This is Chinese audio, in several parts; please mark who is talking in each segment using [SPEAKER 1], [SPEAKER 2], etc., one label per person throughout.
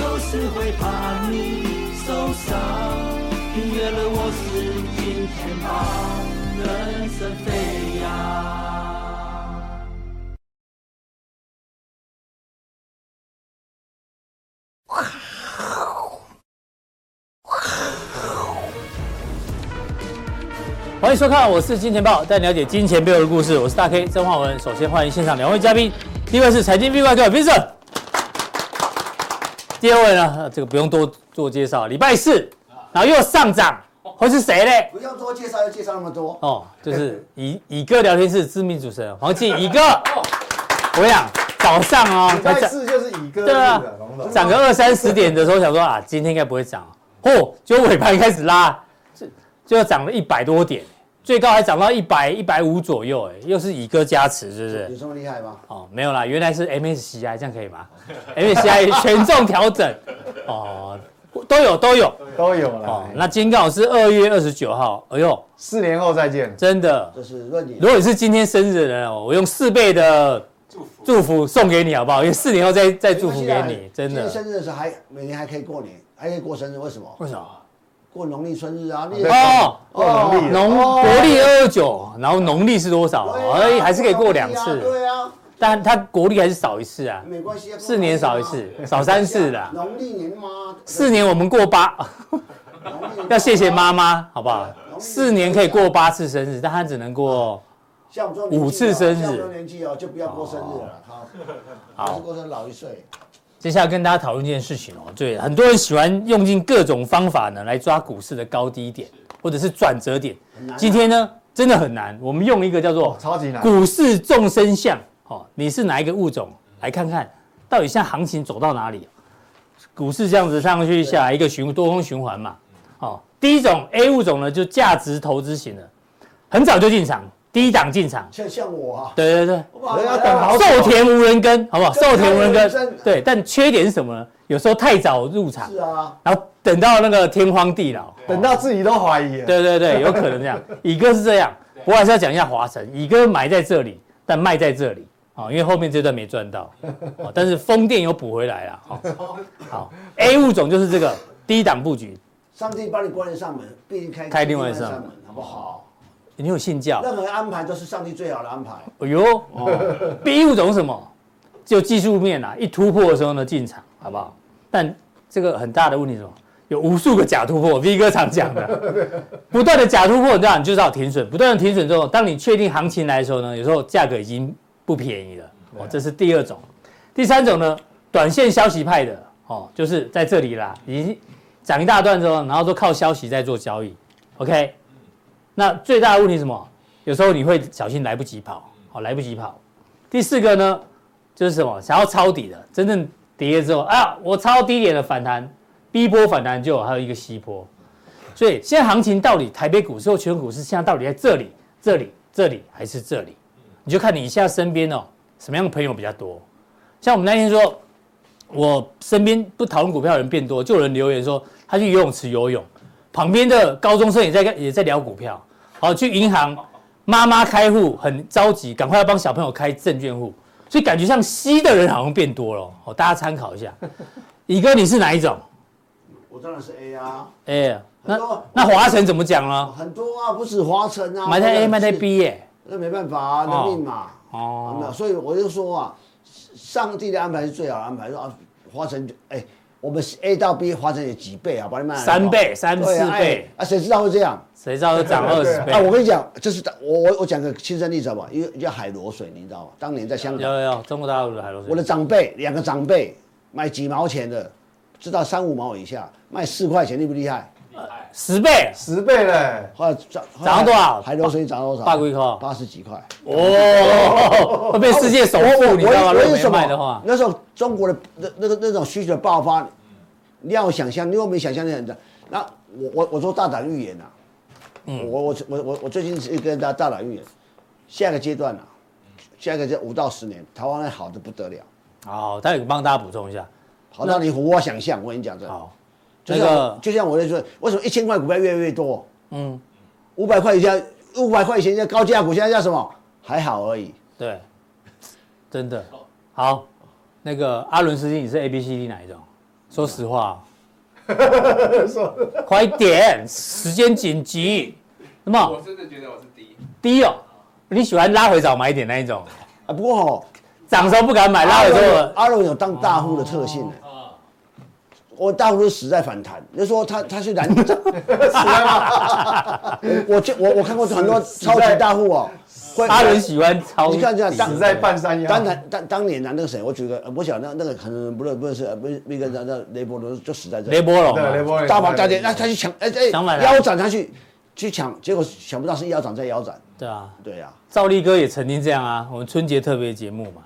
[SPEAKER 1] 会怕你受伤。订阅了我是金钱豹，人生飞扬。
[SPEAKER 2] 欢迎收看，我是金钱豹，带你了解金钱背后的故事。我是大 K 曾焕文。首先欢迎现场两位嘉宾，第一位是财经 V 怪客 Vincent，第二位呢，呃这个不用多做介绍，礼拜四，然后又上涨，会是谁嘞？
[SPEAKER 3] 不要多介绍，要介绍那么多。
[SPEAKER 2] 哦，就是以以哥聊天室知名主持人黄静以哥。我跟你讲，早上哦，
[SPEAKER 4] 礼拜四就是乙哥日
[SPEAKER 2] 对啊
[SPEAKER 4] 了，懂不懂？
[SPEAKER 2] 涨个二三十点的时候，想说啊，今天应该不会涨哦，嚯结果尾盘开始拉，这就涨了一百多点，最高还涨到一百一百五左右，哎，又是乙哥加持，是不
[SPEAKER 3] 有
[SPEAKER 2] 是？
[SPEAKER 3] 这么厉害吗？
[SPEAKER 2] 哦，没有啦，原来是 MSCI，这样可以吗 ？MSCI 权重调整，哦，都有都有，
[SPEAKER 4] 都有
[SPEAKER 2] 哦
[SPEAKER 4] 了，。
[SPEAKER 2] 那今天刚好是二月二十九号，哎呦，
[SPEAKER 4] 四年后再见，
[SPEAKER 2] 真的，
[SPEAKER 3] 这是论点
[SPEAKER 2] 如。果你是今天生日的人哦，我用四倍的祝福送给你好不好？因为四年后再再祝福给你，真
[SPEAKER 3] 啊今
[SPEAKER 2] 的
[SPEAKER 3] 天。生日的时候还每年还可以过年，还可以过生日，为什么？
[SPEAKER 2] 为什么？
[SPEAKER 3] 过农历生日啊！你
[SPEAKER 2] 哦，
[SPEAKER 4] 过农历了
[SPEAKER 2] 农国历二二九，然后农历是多少？
[SPEAKER 3] 哦对啊
[SPEAKER 2] 哎、还是可以过两
[SPEAKER 3] 过农历啊
[SPEAKER 2] 次，
[SPEAKER 3] 对啊，
[SPEAKER 2] 但它国历还是少一次啊，
[SPEAKER 3] 没关系啊。
[SPEAKER 2] 四年少一次，少三次啦。
[SPEAKER 3] 农历年嘛，啊
[SPEAKER 2] 四年我们过八，
[SPEAKER 3] 农历年
[SPEAKER 2] 要谢谢。妈妈，好不好
[SPEAKER 3] 农？历
[SPEAKER 2] 四年可以过八次生日，但他只能过
[SPEAKER 3] 像我们这种年纪哦
[SPEAKER 2] 五次生日哦
[SPEAKER 3] 像我们这种年纪哦，就不要过生日了。好，还是过生日老一岁。
[SPEAKER 2] 接下来跟大家讨论一件事情哦，对，很多人喜欢用尽各种方法呢来抓股市的高低点或者是转折点。今天呢，真的很难，我们用一个叫做
[SPEAKER 4] 哦超级难。
[SPEAKER 2] 股市众生相，哦，你是哪一个物种？来看看到底现在行情走到哪里？股市这样子上去下来，一个循多空循环嘛。哦，第一种 A 物种呢，就价值投资型的，很早就进场，低档进场。
[SPEAKER 3] 像像我啊，
[SPEAKER 2] 对对对，
[SPEAKER 3] 我把
[SPEAKER 4] 人家等好久
[SPEAKER 2] 寿田无人跟，好不好？
[SPEAKER 3] 跟
[SPEAKER 2] 寿田无人
[SPEAKER 3] 太多人
[SPEAKER 2] 跟
[SPEAKER 3] 跟，
[SPEAKER 2] 对，但缺点是什么呢？有时候太早入场
[SPEAKER 3] 是，啊，
[SPEAKER 2] 然后等到那个天荒地老，
[SPEAKER 4] 等到自己都怀疑了，
[SPEAKER 2] 对对对，有可能这样。乙哥是这样，不过还是要讲一下华晨，乙哥买在这里，但卖在这里，啊、因为后面这段没赚到，哦，但是风电有补回来了，好、好，A 物种就是这个低档布局，
[SPEAKER 3] 上帝帮你关了上门，必定开
[SPEAKER 2] 开另外一
[SPEAKER 3] 一
[SPEAKER 2] 扇
[SPEAKER 3] 扇
[SPEAKER 2] 门
[SPEAKER 3] 门，好不好？
[SPEAKER 2] 你有信教，
[SPEAKER 3] 任何安排都是上帝最好的安排。
[SPEAKER 2] 哎呦、哦、，B 物种是什么？就技术面啊，一突破的时候呢进场，好不好？但这个很大的问题是什么？有无数个假突破，V 哥常讲的，不断的假突破，你知道你就知道停损，不断的停损之后，当你确定行情来的时候呢，有时候价格已经不便宜了，哦，这是第二种。第三种呢，短线消息派的，哦，就是在这里啦，已经涨一大段之后，然后都靠消息在做交易，OK？那最大的问题是什么？有时候你会小心来不及跑，好、来不及跑。第四个呢，就是什么？想要抄底的，真正跌了之后啊，我抄低点的反弹，B 波反弹就有，还有一个 C 波。所以现在行情到底台北股市或全股市现在到底在这里、这里、这里还是这里？你就看你一下身边哦，什么样的朋友比较多。像我们那天说，我身边不讨论股票的人变多，就有人留言说他去游泳池游泳，旁边的高中生也在跟也在聊股票。好，去银行，妈妈开户很着急，赶快要帮小朋友开证券户，所以感觉像吸的人好像变多了哦。哦大家参考一下，乙哥你是哪一种？
[SPEAKER 3] 我当然是 A 啊，
[SPEAKER 2] 哎、
[SPEAKER 3] 很
[SPEAKER 2] 那
[SPEAKER 3] 多
[SPEAKER 2] 那华晨怎么讲呢？
[SPEAKER 3] 很多啊，不是华晨啊，
[SPEAKER 2] 买在 A，卖在
[SPEAKER 3] 是
[SPEAKER 2] B 耶、
[SPEAKER 3] 那没办法啊，
[SPEAKER 2] 哦
[SPEAKER 3] 人命嘛。
[SPEAKER 2] 哦
[SPEAKER 3] 哦，没有，所以我就说啊，上帝的安排是最好的安排。说啊，华晨就哎，我们 A 到 B，华晨有几倍啊？把你卖了
[SPEAKER 2] 三倍三
[SPEAKER 3] 对啊
[SPEAKER 2] 四
[SPEAKER 3] 哎
[SPEAKER 2] 倍
[SPEAKER 3] 啊，谁知道会这样？
[SPEAKER 2] 谁知道又涨二十倍？
[SPEAKER 3] 啊，我跟你讲，这是我我我讲个亲身例子好不好？因为叫海螺水泥，你知道吗？当年在香
[SPEAKER 2] 有
[SPEAKER 3] 港，
[SPEAKER 2] 有有，中国大陆的海螺
[SPEAKER 3] 我
[SPEAKER 2] 水
[SPEAKER 3] 的长辈两个长辈买几毛钱的，知道三五毛以下，卖四块钱，厉不厉害？
[SPEAKER 2] 十倍，
[SPEAKER 4] 十倍嘞，
[SPEAKER 3] 后来涨
[SPEAKER 2] 涨到多少
[SPEAKER 3] 海螺水泥涨到多少？
[SPEAKER 2] 八几块
[SPEAKER 3] 八十几块。
[SPEAKER 2] 哦，会被世界首富，你知道吗？如
[SPEAKER 3] 我我
[SPEAKER 2] 果
[SPEAKER 3] 我为
[SPEAKER 2] 没
[SPEAKER 3] 什
[SPEAKER 2] 卖的话
[SPEAKER 3] 么，那时候中国的那那个那种需求的爆发，你要想象，你有没有想象力很大？那我我我做大胆预言呐、啊，
[SPEAKER 2] 嗯
[SPEAKER 3] 我我我我我最近是跟大家大胆预言，下个阶段啊，下个阶五到十年，台湾会好的不得了，
[SPEAKER 2] 好，待会帮大家补充一下。
[SPEAKER 3] 好到你无法想象。我跟你讲这，
[SPEAKER 2] 好，
[SPEAKER 3] 就
[SPEAKER 2] 那
[SPEAKER 3] 像、
[SPEAKER 2] 个
[SPEAKER 3] 就像我在说，为什么一千块股票越来越多？
[SPEAKER 2] 嗯，
[SPEAKER 3] 五百块以前，五百块以前叫高价股，现在叫什么？还好而已。
[SPEAKER 2] 对，真的好。那个阿伦斯基，你是 A B C D 哪一种？说实话， 快点，时间紧急，什
[SPEAKER 5] 我
[SPEAKER 2] 么
[SPEAKER 5] 真的觉得我是第一，
[SPEAKER 2] 低哦？你喜欢拉回早买一点那一种，
[SPEAKER 3] 啊，不过哈，
[SPEAKER 2] 涨时候不敢
[SPEAKER 4] 啊
[SPEAKER 2] 买，拉回之
[SPEAKER 3] 有
[SPEAKER 2] 后
[SPEAKER 3] 阿龙有当大户的特性的，
[SPEAKER 5] 啊，
[SPEAKER 3] 我大户都死在反弹，就说他他是蓝， 我就我我看过很多
[SPEAKER 4] 死
[SPEAKER 3] 超级
[SPEAKER 4] 在
[SPEAKER 3] 大户哦，会
[SPEAKER 2] 阿伦喜欢超，
[SPEAKER 3] 你看这样
[SPEAKER 4] 死
[SPEAKER 3] 当。
[SPEAKER 4] 在半山腰。
[SPEAKER 3] 当然，当当年啊，那个谁，我举个，呃我想那那个可能不认不认识，呃不是那个那那雷伯伦就死在这
[SPEAKER 2] 雷
[SPEAKER 3] 里，
[SPEAKER 2] 波龙啊
[SPEAKER 4] 对，雷
[SPEAKER 2] 嘛，
[SPEAKER 4] 波
[SPEAKER 3] 大把大跌，那他去抢，哎哎
[SPEAKER 2] 想买，了
[SPEAKER 3] 腰斩他去去抢，结果想不到是腰斩再腰斩，
[SPEAKER 2] 对啊，
[SPEAKER 3] 对呀、
[SPEAKER 2] 赵力哥也曾经这样啊，我们春节特别节目嘛，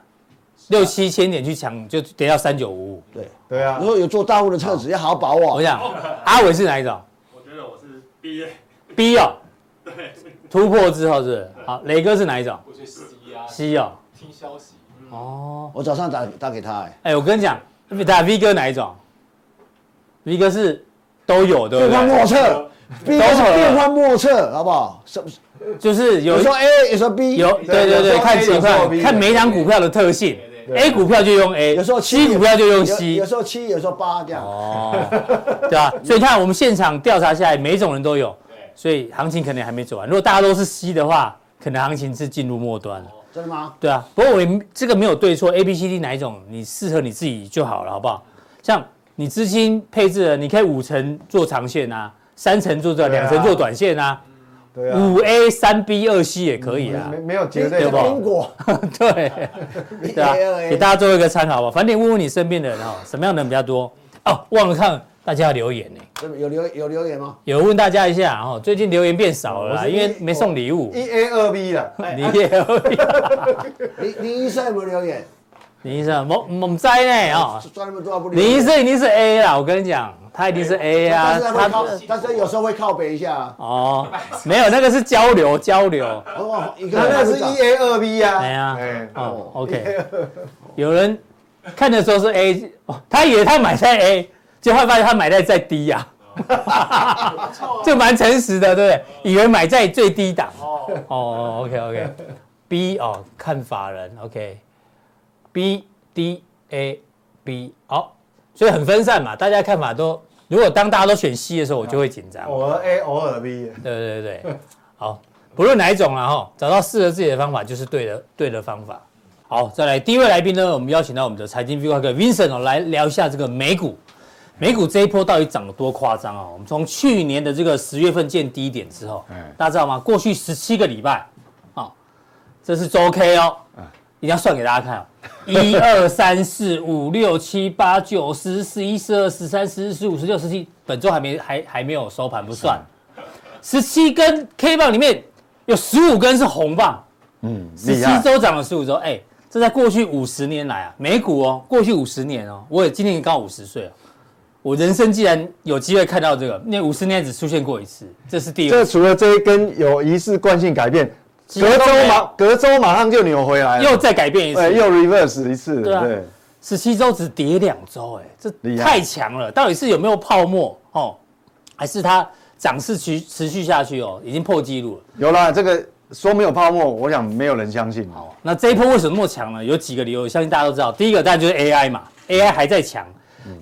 [SPEAKER 2] 六七千点去抢就得要三九五五。
[SPEAKER 3] 对。
[SPEAKER 4] 对啊
[SPEAKER 3] 然，
[SPEAKER 2] 嗯
[SPEAKER 3] 后有做大户的特质要好好把
[SPEAKER 2] 我
[SPEAKER 3] 握，
[SPEAKER 2] 想
[SPEAKER 5] 哦
[SPEAKER 2] 阿伟是哪一种
[SPEAKER 6] 我觉得我是毕业，
[SPEAKER 2] ？B 哦，突破之后是不是好，雷哥是哪一种
[SPEAKER 5] 我去 C 啊，
[SPEAKER 2] ？C 哦，
[SPEAKER 5] 听消息，
[SPEAKER 2] 哦，
[SPEAKER 3] 我早上打打给他、哎，
[SPEAKER 2] 哎，我跟你讲，打 V 哥哪一种？V 哥是都有，对
[SPEAKER 3] 变
[SPEAKER 2] 不对？
[SPEAKER 3] 幻莫测，变
[SPEAKER 2] 都
[SPEAKER 3] 幻
[SPEAKER 2] 好了
[SPEAKER 3] 变幻莫测，好不好？什么
[SPEAKER 2] 就是有
[SPEAKER 3] 有时候 A，有时候 B，
[SPEAKER 2] 有
[SPEAKER 4] 对
[SPEAKER 2] 对对
[SPEAKER 4] 有时
[SPEAKER 2] 对，
[SPEAKER 4] 候
[SPEAKER 2] 看
[SPEAKER 4] A，
[SPEAKER 2] 情
[SPEAKER 4] 有时候 B
[SPEAKER 2] 况，看每一档股票的特性
[SPEAKER 5] 对对对
[SPEAKER 2] ，A 股票就用 A，
[SPEAKER 3] 有时候七
[SPEAKER 2] C 股票就用
[SPEAKER 3] 有
[SPEAKER 2] C，
[SPEAKER 3] 有时候七，有时候八这样。
[SPEAKER 2] 哦，对啊，所以看我们现场调查下来，每一种人都有，
[SPEAKER 5] 对，
[SPEAKER 2] 所以行情可能还没走完。如果大家都是 C 的话，可能行情是进入末端了。
[SPEAKER 3] 真的吗？
[SPEAKER 2] 对啊，不过我们这个没有对错，A、B、C、D 哪一种你适合你自己就好了，好不好？像你资金配置了，你可以五成做长线啊，三成做短，
[SPEAKER 4] 对啊
[SPEAKER 2] 两成做短线啊，
[SPEAKER 4] 对啊，
[SPEAKER 2] 五 A、三 B、二 C 也可以啊
[SPEAKER 4] 没，没有绝对
[SPEAKER 2] 有
[SPEAKER 3] 这
[SPEAKER 2] 不
[SPEAKER 3] 个
[SPEAKER 2] 好
[SPEAKER 3] 苹果，
[SPEAKER 2] 对，对啊
[SPEAKER 3] BALA，
[SPEAKER 2] 给大家做一个参考好不好？反正你问问你身边的人哦，什么样的人比较多哦？忘了看大家的留言呢、
[SPEAKER 3] 这有留有留言吗？
[SPEAKER 2] 有问大家一下哦，最近留言变少了啦，
[SPEAKER 4] 哦我是
[SPEAKER 2] 因
[SPEAKER 4] 一
[SPEAKER 2] 为没送礼物。
[SPEAKER 4] 一 A 二 B 的，
[SPEAKER 2] 你也有，
[SPEAKER 3] 林林医生有没有留言？
[SPEAKER 2] 你医生猛猛栽呢啊！
[SPEAKER 3] 抓那么多不留言？
[SPEAKER 2] 你医生一定是 A 啦，我跟你讲，他一定是 A 啊，
[SPEAKER 3] 但是他
[SPEAKER 2] 他
[SPEAKER 3] 会靠，但是有时候会靠北一下啊。
[SPEAKER 2] 哦，没有那个是交流交流，
[SPEAKER 3] 哦，一个
[SPEAKER 4] 他
[SPEAKER 3] 人
[SPEAKER 4] 那个是
[SPEAKER 3] 会长
[SPEAKER 4] 一 A 二 B 啊。
[SPEAKER 2] 哎呀
[SPEAKER 4] 哎
[SPEAKER 2] 哦
[SPEAKER 4] 一 A
[SPEAKER 2] ，OK，
[SPEAKER 4] 二
[SPEAKER 2] 有人看的时候是 A，哦他以为他买在 A，结果发现他买在在 D 呀， 就蛮诚实的，对不对？以为买在最低档，
[SPEAKER 5] 哦，
[SPEAKER 2] 哦，OK OK。B 哦，看法人 OK。B D A B 好，所以很分散嘛，大家看法都，如果当大家都选 C 的时候，我就会紧张。
[SPEAKER 4] 哦偶尔 A 偶尔 B 的。
[SPEAKER 2] 对对对对，好，不论哪一种啦哈，找到适合自己的方法就是对的对的方法。好，再来第一位来宾呢，我们邀请到我们的财经 V 怪客 Vincent 哦，来聊一下这个美股。美股这一波到底涨得多夸张啊？我们从去年的这个十月份见低点之后，大家知道吗？过去十七个礼拜，啊、这是周 K 哦，一定要算给大家看哦。一二三四五六七八九十十一十二十三十四十五十六十七，本周还没还还没有收盘不算，十七根 K 棒里面有十五根是红棒，
[SPEAKER 4] 嗯，
[SPEAKER 2] 十七周涨了十五周，哎、这在过去五十年来啊，美股哦，过去五十年哦，我也今年刚五十岁哦，我人生既然有机会看到这个，那五十年只出现过一次，这是第
[SPEAKER 4] 这
[SPEAKER 2] 二次，
[SPEAKER 4] 除了这一根有仪式惯性改变，
[SPEAKER 2] 其他都
[SPEAKER 4] 隔周
[SPEAKER 2] 没有
[SPEAKER 4] 马隔周马上就扭回来了，
[SPEAKER 2] 又再改变一
[SPEAKER 4] 哎
[SPEAKER 2] 次，
[SPEAKER 4] 又 reverse 一次，
[SPEAKER 2] 对啊
[SPEAKER 4] 对，
[SPEAKER 2] 十七周只跌两周，哎，这
[SPEAKER 4] 厉害
[SPEAKER 2] 太强了，到底是有没有泡沫哦，还是它涨势持持续下去哦，已经破纪录了。
[SPEAKER 4] 有啦，这个说没有泡沫，我想没有人相信。
[SPEAKER 2] 好，那这一波为什么那么强呢？有几个理由，相信大家都知道。第一个当然就是 AI 嘛，AI 还在强。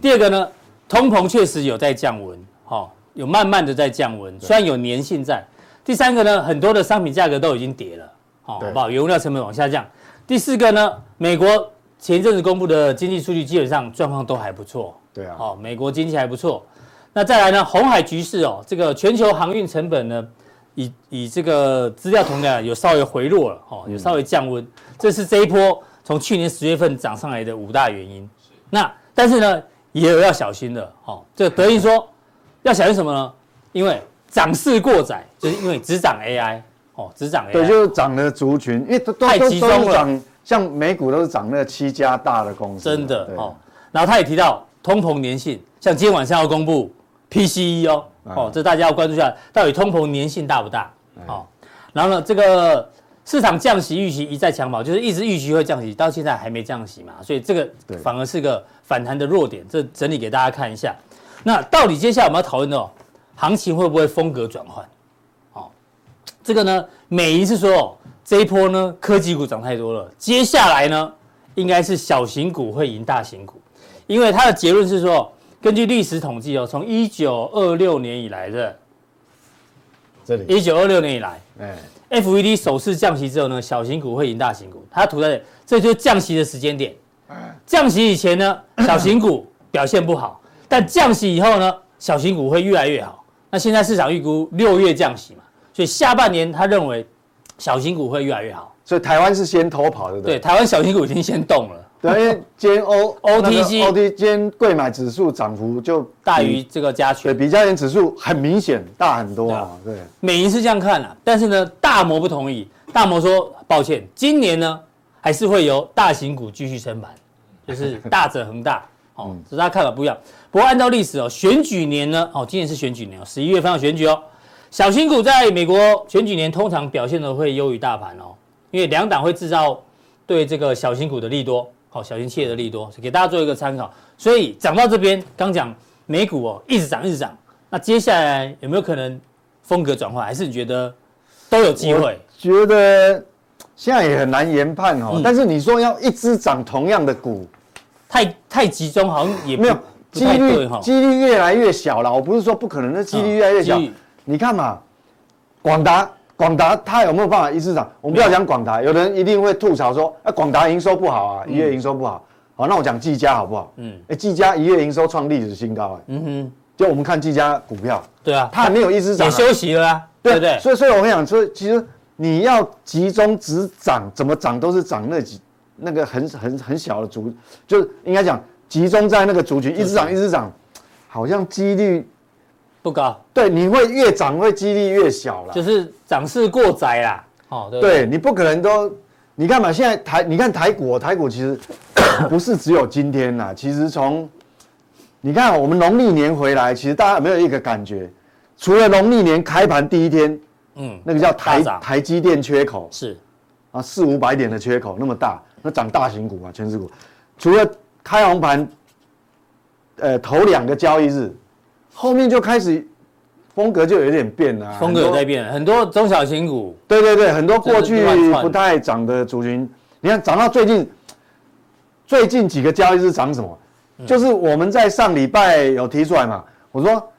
[SPEAKER 2] 第二个呢，通膨确实有在降温，哦，有慢慢的在降温，虽然有粘性在。第三个呢，很多的商品价格都已经跌了，哦，
[SPEAKER 4] 对
[SPEAKER 2] 好不好？原物料成本往下降。第四个呢，美国前一阵子公布的经济数据基本上状况都还不错，
[SPEAKER 4] 对啊，
[SPEAKER 2] 哦，美国经济还不错。那再来呢，红海局势哦，这个全球航运成本呢，以以这个资料统计啊有稍微回落了
[SPEAKER 4] 嗯
[SPEAKER 2] 哦，有稍微降温，这是这一波从去年十月份涨上来的五大原因。那但是呢，也有要小心的哦。这德银说要小心什么呢？因为涨势过载，就是因为只涨 AI 哦，只涨 AI。
[SPEAKER 4] 对，就是涨的族群，因为都都
[SPEAKER 2] 太
[SPEAKER 4] 都
[SPEAKER 2] 集
[SPEAKER 4] 都
[SPEAKER 2] 中
[SPEAKER 4] 是
[SPEAKER 2] 了
[SPEAKER 4] 涨，像美股都是涨那七家大的公司，
[SPEAKER 2] 真的
[SPEAKER 4] 对
[SPEAKER 2] 哦。然后他也提到通膨粘性，像今天晚上要公布 PCE 哦，哦
[SPEAKER 4] 嗯，
[SPEAKER 2] 这大家要关注一下，到底通膨粘性大不大？
[SPEAKER 4] 哎
[SPEAKER 2] 哦，然后呢，这个市场降息预期一再强跑，就是一直预期会降息，到现在还没降息嘛，所以这个
[SPEAKER 4] 对
[SPEAKER 2] 反而是个反弹的弱点。这整理给大家看一下。那到底接下来我们要讨论的、哦、行情会不会风格转换？哦，这个呢，美银是说哦这一波呢科技股涨太多了，接下来呢应该是小型股会赢大型股，因为它的结论是说根据历史统计哦，从一九二六年以来的，
[SPEAKER 4] 这里，
[SPEAKER 2] 一九二六年以来
[SPEAKER 4] 哎，
[SPEAKER 2] ，FED E 首次降息之后呢，小型股会赢大型股，它涂在这里这就是降息的时间点。降息以前呢，小型股表现不好，但降息以后呢，小型股会越来越好。那现在市场预估六月降息嘛，所以下半年他认为小型股会越来越好。
[SPEAKER 4] 所以台湾是先偷跑，对不
[SPEAKER 2] 对，
[SPEAKER 4] 对？
[SPEAKER 2] 台湾小型股已经先动了，
[SPEAKER 4] 对，因为今天 O
[SPEAKER 2] OTC
[SPEAKER 4] O T 今天贵买指数涨幅就比
[SPEAKER 2] 大于这个加
[SPEAKER 4] 对
[SPEAKER 2] 权。
[SPEAKER 4] 比加权指数很明显大很多啊，对，
[SPEAKER 2] 美银是这样看啦、但是呢，大摩不同意。大摩说，抱歉，今年呢还是会由大型股继续撑盘，就是大者恒大。哦，只是他看法不一样。不过按照历史哦，选举年呢，哦，今年是选举年哦，十一月份要选举哦。小型股在美国选举年通常表现的会优于大盘哦，因为两党会制造对这个小型股的利多，好、小型企业的利多，给大家做一个参考。所以涨到这边，刚讲美股哦，一直涨一直涨，那接下来有没有可能风格转换？还是你觉得都有机会？
[SPEAKER 4] 觉得现在也很难研判哦
[SPEAKER 2] 嗯。
[SPEAKER 4] 但是你说要一只涨同样的股，
[SPEAKER 2] 太太集中好像也不
[SPEAKER 4] 没有
[SPEAKER 2] 不
[SPEAKER 4] 几
[SPEAKER 2] 太对
[SPEAKER 4] 率
[SPEAKER 2] 哈、
[SPEAKER 4] 几率越来越小了。我不是说不可能，那几率越来越小
[SPEAKER 2] 嗯几率。
[SPEAKER 4] 你看嘛，广达广达它有没有办法一直涨？我们不要讲广达，
[SPEAKER 2] 嗯
[SPEAKER 4] 有人一定会吐槽说，啊，广达营收不好啊，一月营收不好。好，那我讲技嘉好不好？
[SPEAKER 2] 嗯
[SPEAKER 4] 嗯，哎，技嘉一月营收创历史新高，哎，
[SPEAKER 2] 嗯哼，
[SPEAKER 4] 就我们看技嘉股票，
[SPEAKER 2] 对啊，
[SPEAKER 4] 它还没有一直涨
[SPEAKER 2] 也
[SPEAKER 4] 啊，
[SPEAKER 2] 休息了啊，对不对？
[SPEAKER 4] 所以所以我跟你讲，所以其实你要集中只涨，怎么涨都是涨那几那个很很很小的族，就是应该讲集中在那个族群，一直涨一直涨，好像几率
[SPEAKER 2] 不高，
[SPEAKER 4] 对你会越涨会几率越小了。
[SPEAKER 2] 就是涨势过窄啦。哦，对不对
[SPEAKER 4] 对你不可能都，你看嘛，现在台你看台股哦，台股其实不是只有今天啦，其实从你看哦我们农历年回来，其实大家有没有一个感觉？除了农历年开盘第一天，
[SPEAKER 2] 嗯，
[SPEAKER 4] 那个叫台
[SPEAKER 2] 大涨
[SPEAKER 4] 台积电缺口，
[SPEAKER 2] 是
[SPEAKER 4] 啊，四五百点的缺口那么大，那涨大型股啊，全指股，除了开红盘，呃，头两个交易日，后面就开始风格就有点变了、啊，
[SPEAKER 2] 风格有
[SPEAKER 4] 很多
[SPEAKER 2] 在变，很多中小型股
[SPEAKER 4] 对对对，很多过
[SPEAKER 2] 就
[SPEAKER 4] 去
[SPEAKER 2] 是乱窜
[SPEAKER 4] 不太涨的族群，你看涨到最近，最近几个交易日涨什么？
[SPEAKER 2] 嗯
[SPEAKER 4] 就是我们在上礼拜有提出来嘛，我说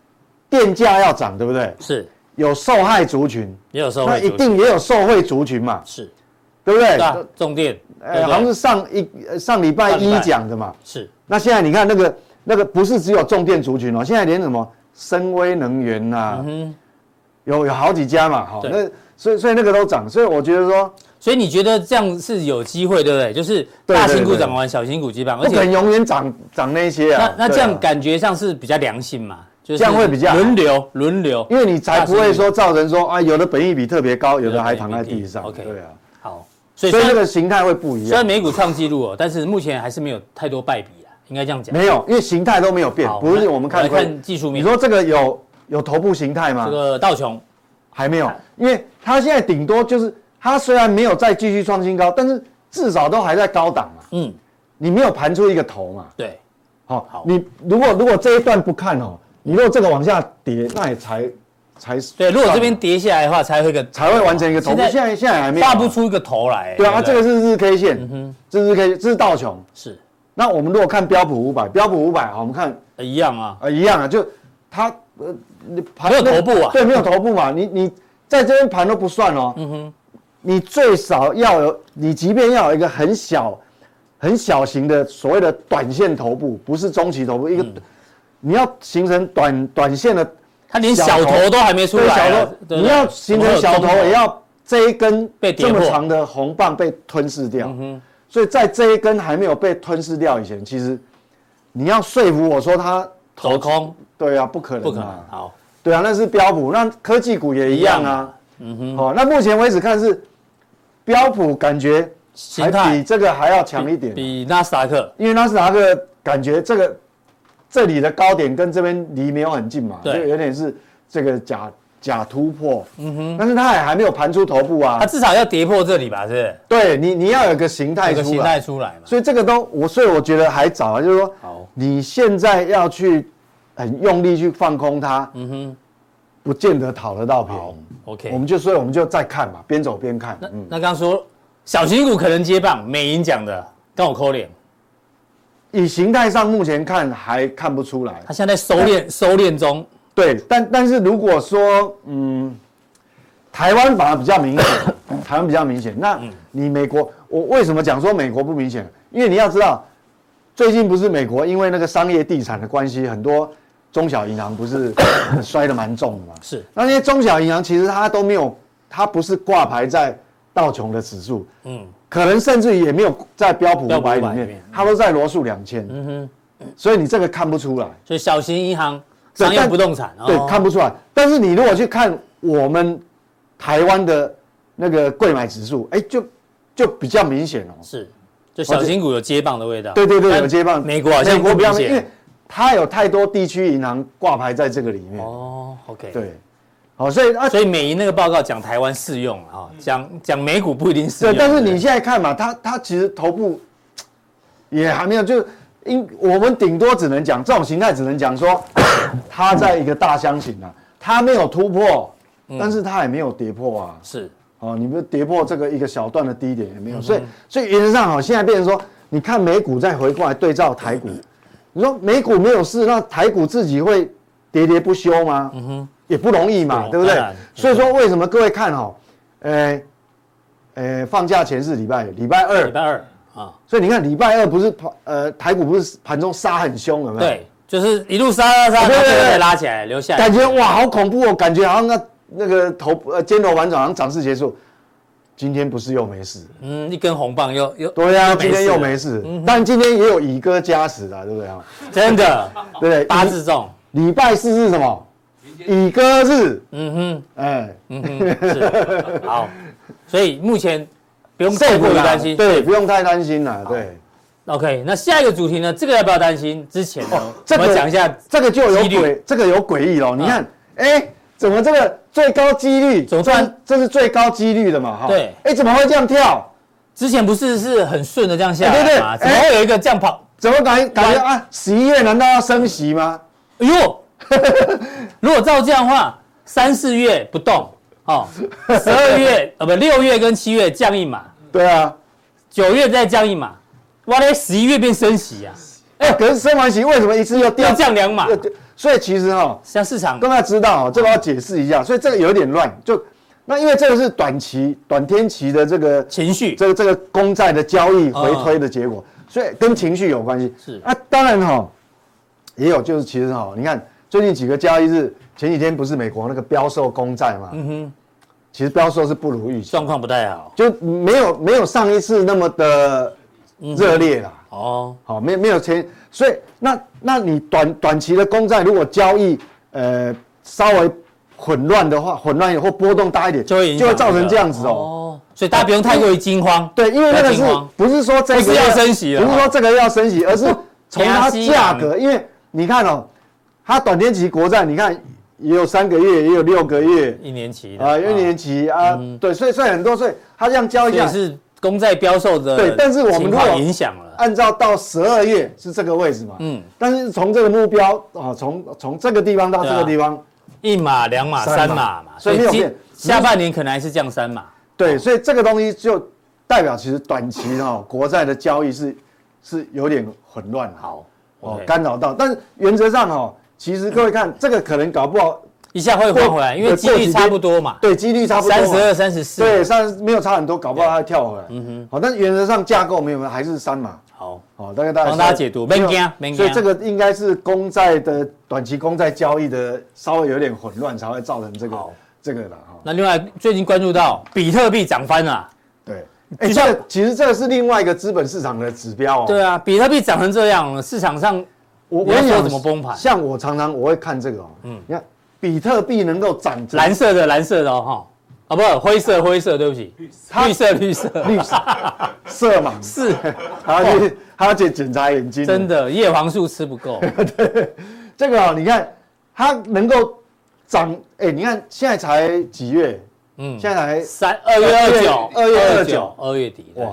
[SPEAKER 4] 电价要涨，对不对？
[SPEAKER 2] 是
[SPEAKER 4] 有受害族群，
[SPEAKER 2] 也有时候
[SPEAKER 4] 那
[SPEAKER 2] 会
[SPEAKER 4] 一
[SPEAKER 2] 出
[SPEAKER 4] 定也有受惠族群嘛，
[SPEAKER 2] 是
[SPEAKER 4] 对不对？
[SPEAKER 2] 对啊，重电，对
[SPEAKER 4] 呃，
[SPEAKER 2] 不
[SPEAKER 4] 好像
[SPEAKER 2] 对
[SPEAKER 4] 是上一呃上礼拜
[SPEAKER 2] 上礼
[SPEAKER 4] 一
[SPEAKER 2] 拜
[SPEAKER 4] 讲的嘛。
[SPEAKER 2] 是
[SPEAKER 4] 那现在你看那个那个不是只有重电族群哦，现在连什么深威能源呐、
[SPEAKER 2] 嗯哼。
[SPEAKER 4] 有有好几家嘛，哈、
[SPEAKER 2] 对
[SPEAKER 4] 那所以所以那个都涨，所以我觉得说
[SPEAKER 2] 所以你觉得这样是有机会，对不对？就是
[SPEAKER 4] 对对
[SPEAKER 2] 大型股涨完，小型股基本上，
[SPEAKER 4] 不
[SPEAKER 2] 而
[SPEAKER 4] 可能
[SPEAKER 2] 且
[SPEAKER 4] 永远涨涨那些啊
[SPEAKER 2] 那。那
[SPEAKER 4] 对
[SPEAKER 2] 这
[SPEAKER 4] 啊
[SPEAKER 2] 样，感觉上是比较良心嘛，就是
[SPEAKER 4] 这样会比较好
[SPEAKER 2] 轮流轮流。
[SPEAKER 4] 因为你才不会
[SPEAKER 2] 大
[SPEAKER 4] 说造成说啊，有的本益比特别高，有的还躺在
[SPEAKER 2] 本益比
[SPEAKER 4] 地上。
[SPEAKER 2] OK
[SPEAKER 4] 对啊，
[SPEAKER 2] 好，所以
[SPEAKER 4] 所
[SPEAKER 2] 虽
[SPEAKER 4] 以那
[SPEAKER 2] 然
[SPEAKER 4] 个形态会不一
[SPEAKER 2] 虽然
[SPEAKER 4] 样。
[SPEAKER 2] 美股创纪录哦，但是目前还是没有太多败笔啦，应该这样讲。
[SPEAKER 4] 没有，因为形态都没有变
[SPEAKER 2] 好，
[SPEAKER 4] 不是
[SPEAKER 2] 那
[SPEAKER 4] 我们看
[SPEAKER 2] 来
[SPEAKER 4] 会
[SPEAKER 2] 看技术
[SPEAKER 4] 你
[SPEAKER 2] 面，
[SPEAKER 4] 说啊这个有有头部形态吗？
[SPEAKER 2] 这个道琼
[SPEAKER 4] 还没有，因为它现在顶多就是它虽然没有再继续创新高，但是至少都还在高档嘛，
[SPEAKER 2] 嗯，
[SPEAKER 4] 你没有盘出一个头嘛，
[SPEAKER 2] 对，
[SPEAKER 4] 好、
[SPEAKER 2] 好
[SPEAKER 4] 你如果如果这一段不看哦，你如果这个往下跌，那也才才
[SPEAKER 2] 对，如果这边跌下来的话，才会一个
[SPEAKER 4] 啊才会完成一个头部，
[SPEAKER 2] 现在
[SPEAKER 4] 现在现在还没有啊
[SPEAKER 2] 画不，出一个头来。
[SPEAKER 4] 对啊，
[SPEAKER 2] 不嗯
[SPEAKER 4] 这个是日 K 线，
[SPEAKER 2] 哼
[SPEAKER 4] 这是日 K，这是道琼。
[SPEAKER 2] 是
[SPEAKER 4] 那我们如果看标普五百，标普五百啊，我们看
[SPEAKER 2] 呃一样啊，
[SPEAKER 4] 呃一样啊，就它呃你盘
[SPEAKER 2] 没有头部啊
[SPEAKER 4] 对，没有头部嘛，你你在这边盘都不算哦，
[SPEAKER 2] 嗯哼，
[SPEAKER 4] 你最少要有，你即便要有一个很小、很小型的所谓的短线头部，不是中期头部，一个、
[SPEAKER 2] 嗯
[SPEAKER 4] 你要形成短短线的
[SPEAKER 2] 它连小头都还没出
[SPEAKER 4] 对
[SPEAKER 2] 来
[SPEAKER 4] 小
[SPEAKER 2] 啊
[SPEAKER 4] 头，，
[SPEAKER 2] 对
[SPEAKER 4] 你要形成小头，
[SPEAKER 2] 怎
[SPEAKER 4] 也。
[SPEAKER 2] 么会有中
[SPEAKER 4] 要这一根
[SPEAKER 2] 被跌
[SPEAKER 4] 这
[SPEAKER 2] 破嗯
[SPEAKER 4] 么长的红棒被吞噬掉。
[SPEAKER 2] 哼
[SPEAKER 4] 所以在这一根还没有被吞噬掉以前，其实你要说服我说它
[SPEAKER 2] 走空
[SPEAKER 4] 对啊，不可能、啊，
[SPEAKER 2] 不可能，好，
[SPEAKER 4] 对啊，那是标普，那科技股也一样啊。嗯哼，哦，那目前为止看是标普感觉
[SPEAKER 2] 形
[SPEAKER 4] 还
[SPEAKER 2] 态
[SPEAKER 4] 比这个还要强一点，啊
[SPEAKER 2] 比纳斯达克
[SPEAKER 4] 因为纳斯达克感觉这个这里的高点跟这边离没有很近嘛，就
[SPEAKER 2] 对
[SPEAKER 4] 有点是这个假假突破。嗯哼，但是它也还没有盘出头部啊
[SPEAKER 2] 它。至少要跌破这里吧，是不是？
[SPEAKER 4] 对你，你要有个形态
[SPEAKER 2] 有个
[SPEAKER 4] 出
[SPEAKER 2] 形
[SPEAKER 4] 来
[SPEAKER 2] 态，出来嘛。
[SPEAKER 4] 所以这个都我，所以我觉得还早啊，就是说
[SPEAKER 2] 好，
[SPEAKER 4] 你现在要去很用力去放空它，
[SPEAKER 2] 嗯哼
[SPEAKER 4] 不见得讨得到便宜。
[SPEAKER 2] 嗯，OK
[SPEAKER 4] 我。们就所以我们就再看嘛，边走边看。
[SPEAKER 2] 那
[SPEAKER 4] 嗯，
[SPEAKER 2] 那刚刚说小型股可能接棒，美银讲的，跟我扣脸，
[SPEAKER 4] 以形态上目前看还看不出来。
[SPEAKER 2] 它现在收敛收敛中，
[SPEAKER 4] 对，但但是如果说，嗯，台湾反而比较 明显，台湾比较明显。那
[SPEAKER 2] 嗯
[SPEAKER 4] 你美国，我为什么讲说美国不明显？因为你要知道，最近不是美国因为那个商业地产的关系，很多中小银行不 是摔得蛮重的嘛。
[SPEAKER 2] 是
[SPEAKER 4] 那些中小银行其实它都没有，它不是挂牌在道琼的指数，
[SPEAKER 2] 嗯，
[SPEAKER 4] 可能甚至于也没有在标普
[SPEAKER 2] 标
[SPEAKER 4] 五
[SPEAKER 2] 普
[SPEAKER 4] 百里
[SPEAKER 2] 500里
[SPEAKER 4] 面
[SPEAKER 2] 面，
[SPEAKER 4] 它都在罗素两千。
[SPEAKER 2] 嗯
[SPEAKER 4] 所以你这个看不出来。
[SPEAKER 2] 哼，所以小型银行、
[SPEAKER 4] 对
[SPEAKER 2] 商业
[SPEAKER 4] 但
[SPEAKER 2] 不动产，
[SPEAKER 4] 对
[SPEAKER 2] 哦，
[SPEAKER 4] 看不出来。但是你如果去看我们台湾的那个贵买指数，哎、就就比较明显哦。
[SPEAKER 2] 是，就小型股有接棒的味道，
[SPEAKER 4] 对对对，
[SPEAKER 2] 但
[SPEAKER 4] 有接棒。
[SPEAKER 2] 美国好像
[SPEAKER 4] 美国
[SPEAKER 2] 不
[SPEAKER 4] 比较
[SPEAKER 2] 明
[SPEAKER 4] 明因为
[SPEAKER 2] 显，
[SPEAKER 4] 它有太多地区银行挂牌在这个里面。
[SPEAKER 2] 哦，OK，，
[SPEAKER 4] 对，好，所以啊，
[SPEAKER 2] 所以美银那个报告讲台湾适用啊，哦讲讲美股不一定适
[SPEAKER 4] 对，
[SPEAKER 2] 用，
[SPEAKER 4] 但是你
[SPEAKER 2] 对不对
[SPEAKER 4] 现在看嘛，它它其实头部也还没有，就是因我们顶多只能讲这种形态，只能 讲说它在一个大箱型啊，它没有突破，
[SPEAKER 2] 嗯
[SPEAKER 4] 但是它也没有跌破啊。
[SPEAKER 2] 是
[SPEAKER 4] 哦，你们跌破这个一个小段的低点也没
[SPEAKER 2] 嗯
[SPEAKER 4] 有，所以所以原则上好，现在变成说，你看美股再回过来对照台股，你说美股没有事，那台股自己会喋喋不休吗？嗯哼，也不容易嘛，
[SPEAKER 2] 对
[SPEAKER 4] 对不对
[SPEAKER 2] 当然？嗯
[SPEAKER 4] 所以说为什么各位看哦，呃呃，放假前是礼拜礼拜
[SPEAKER 2] 礼
[SPEAKER 4] 二，
[SPEAKER 2] 拜二啊，
[SPEAKER 4] 所以你看礼拜二不是盘呃台股不是盘中杀很凶了吗？
[SPEAKER 2] 对，就是一路杀杀杀，
[SPEAKER 4] 嗯对对对
[SPEAKER 2] 然后再拉起来，留下来，
[SPEAKER 4] 感觉哇，好恐怖哦！感觉好像那那个头呃尖头反转，好像涨势结束。今天不是又没事？
[SPEAKER 2] 嗯，一根红棒又又
[SPEAKER 4] 对呀、今天又
[SPEAKER 2] 了嗯哦
[SPEAKER 4] 没事，但今天也有以歌加时啊，对不对啊？
[SPEAKER 2] 真的
[SPEAKER 4] 对不对？
[SPEAKER 2] 八字重，
[SPEAKER 4] 礼礼拜四是什么？以歌日，
[SPEAKER 2] 嗯
[SPEAKER 4] 哎，
[SPEAKER 2] 哼，嗯哼，是 好，所以目前不用太
[SPEAKER 4] 这
[SPEAKER 2] 过
[SPEAKER 4] 个
[SPEAKER 2] 于
[SPEAKER 4] 啦
[SPEAKER 2] 担心。
[SPEAKER 4] 对，不用太担心了，对，
[SPEAKER 2] ，OK，那下一个主题呢？这个要不要担心？之前呢，
[SPEAKER 4] 哦这
[SPEAKER 2] 我
[SPEAKER 4] 个
[SPEAKER 2] 们讲一下
[SPEAKER 4] 这个就有
[SPEAKER 2] 几率啊
[SPEAKER 4] 诡，这个有诡异了。你看，哎，怎么这个最高几率？
[SPEAKER 2] 总
[SPEAKER 4] 这
[SPEAKER 2] 算
[SPEAKER 4] 这是最高几率的嘛？哈，
[SPEAKER 2] 对
[SPEAKER 4] 哎，怎么会这样跳？
[SPEAKER 2] 之前不是是很顺的这样下
[SPEAKER 4] 哎对
[SPEAKER 2] 来
[SPEAKER 4] 对
[SPEAKER 2] 吗？
[SPEAKER 4] 哎
[SPEAKER 2] 怎么会有一个这样跑？
[SPEAKER 4] 怎么感感觉
[SPEAKER 2] 完
[SPEAKER 4] 啊？十一月难道要升息吗？
[SPEAKER 2] 哎呦， 如果照这样的话，三四月不动哦，十二 月呃不六月跟七月降一码，
[SPEAKER 4] 对啊，
[SPEAKER 2] 九月再降一码，哇嘞，十一月变升息啊，
[SPEAKER 4] 哎，可是升完息为什么一次又掉
[SPEAKER 2] 要？降两码
[SPEAKER 4] 又，掉所以其实哈，
[SPEAKER 2] 像市场
[SPEAKER 4] 各位要知道哦，这个要解释一下，所以这个有点乱。就那因为这个是短期、短天期的这个
[SPEAKER 2] 情绪
[SPEAKER 4] 这个这个公债的交易回推的结果，所以跟情绪有关系。
[SPEAKER 2] 是
[SPEAKER 4] 啊，当然哈、也有就是其实哈、你看最近几个交易日，前几天不是美国那个标售公债嘛，嗯哼，其实标售是不如预期，
[SPEAKER 2] 状况不太好
[SPEAKER 4] 就没有没有上一次那么的热烈啦。
[SPEAKER 2] 嗯哦。
[SPEAKER 4] 好，没有没有钱，所以那那你短短期的公债如果交易呃稍微混乱的话，混乱或波动大一点，
[SPEAKER 2] 就会影响
[SPEAKER 4] 就会造成这样子
[SPEAKER 2] 这个
[SPEAKER 4] 哦。
[SPEAKER 2] 哦，所以大家不用太过于惊慌。
[SPEAKER 4] 对，因为那个
[SPEAKER 2] 不
[SPEAKER 4] 是
[SPEAKER 2] 要惊慌
[SPEAKER 4] 不是说这
[SPEAKER 2] 不是
[SPEAKER 4] 个
[SPEAKER 2] 要升息了啊
[SPEAKER 4] 不是说这个要升息，而是从 它价格，因为你看哦，它短天期国债，你看也有三个月，也有六个月
[SPEAKER 2] 一年期的
[SPEAKER 4] 啊，有一年期啊，对，所以所以很多，所以它这样交易下
[SPEAKER 2] 也
[SPEAKER 4] 来，
[SPEAKER 2] 嗯是公债标售的
[SPEAKER 4] 对但是我们
[SPEAKER 2] 情
[SPEAKER 4] 如果
[SPEAKER 2] 况影响了，
[SPEAKER 4] 按照到十二月是这个位置嘛，
[SPEAKER 2] 嗯
[SPEAKER 4] 嗯，但是从这个目标啊，从从这个地方到这
[SPEAKER 2] 对
[SPEAKER 4] 个
[SPEAKER 2] 啊
[SPEAKER 4] 地方，
[SPEAKER 2] 一码、两码、三
[SPEAKER 4] 三码
[SPEAKER 2] 码嘛，
[SPEAKER 4] 所以没有
[SPEAKER 2] 今
[SPEAKER 4] 变
[SPEAKER 2] 下半年可能还是降三码。
[SPEAKER 4] 对，所以这个东西就代表其实短期哈、国债的交易是是有点混乱哈，
[SPEAKER 2] 好，
[SPEAKER 4] 哦
[SPEAKER 2] OK
[SPEAKER 4] 干扰到，但是原则上哈、其实各位看这个可能搞不好，
[SPEAKER 2] 一下会换回来，
[SPEAKER 4] 过
[SPEAKER 2] 因为几
[SPEAKER 4] 过
[SPEAKER 2] 率
[SPEAKER 4] 几天
[SPEAKER 2] 差不多嘛，
[SPEAKER 4] 对，几率差不多嘛啊
[SPEAKER 2] 三十二、三十四。
[SPEAKER 4] 对，三没有差很多，搞不好它会跳回来，嗯哼，好，但是原则上架构没有还是三码。
[SPEAKER 2] 好，
[SPEAKER 4] 哦，大概大家
[SPEAKER 2] 帮大家解读
[SPEAKER 4] 没有
[SPEAKER 2] 免惊免
[SPEAKER 4] 所以
[SPEAKER 2] 惊
[SPEAKER 4] 这个应该是公债的短期公债交易的稍微有点混乱，才会造成这个
[SPEAKER 2] 好
[SPEAKER 4] 这个了哈。
[SPEAKER 2] 那另外最近关注到比特币涨翻了，
[SPEAKER 4] 对，哎、
[SPEAKER 2] 就像
[SPEAKER 4] 这个其实这个是另外一个资本市场的指标哦。
[SPEAKER 2] 对啊，比特币涨成这样，市场上
[SPEAKER 4] 我
[SPEAKER 2] 你要
[SPEAKER 4] 我跟你
[SPEAKER 2] 说
[SPEAKER 4] 讲
[SPEAKER 2] 怎么崩盘
[SPEAKER 4] 像我常常我会看这个哦，嗯，你看比特币能够涨成
[SPEAKER 2] 蓝色的蓝色的哦，哈啊不，灰色灰色，对不起，绿色绿色
[SPEAKER 4] 绿 色色嘛，
[SPEAKER 2] 是 哦
[SPEAKER 4] 还要去还要去检查眼睛，
[SPEAKER 2] 真的叶黄素吃不 够，
[SPEAKER 4] 这个、哦、你看它能够涨，哎、你看现在才几月？
[SPEAKER 2] 嗯
[SPEAKER 4] 嗯，现在才
[SPEAKER 2] 三二月二九，
[SPEAKER 4] 二月二九
[SPEAKER 2] 29，二月底，对
[SPEAKER 4] 哇，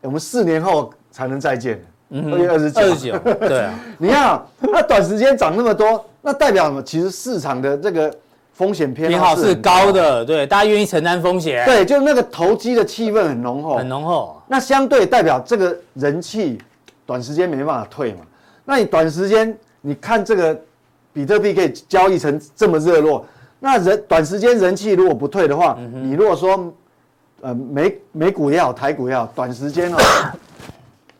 [SPEAKER 4] 欸我们四年后才能再见。二月二十九，
[SPEAKER 2] 嗯二十九，对啊，
[SPEAKER 4] 你看啊，那短时间涨那么多，那代表什么？其实市场的这个风险偏
[SPEAKER 2] 偏
[SPEAKER 4] 好
[SPEAKER 2] 好
[SPEAKER 4] 是
[SPEAKER 2] 是
[SPEAKER 4] 很高
[SPEAKER 2] 高，的，对，大家愿意承担风险，，
[SPEAKER 4] 对，就是那个投机的气氛很浓厚，
[SPEAKER 2] 很浓厚，
[SPEAKER 4] 那相对代表这个人气，短时间没办法退嘛。那你短时间你看这个比特币可以交易成这么热络，那人短时间人气如果不退的话，你如果说呃美美股也好，台股也好，短时 间哦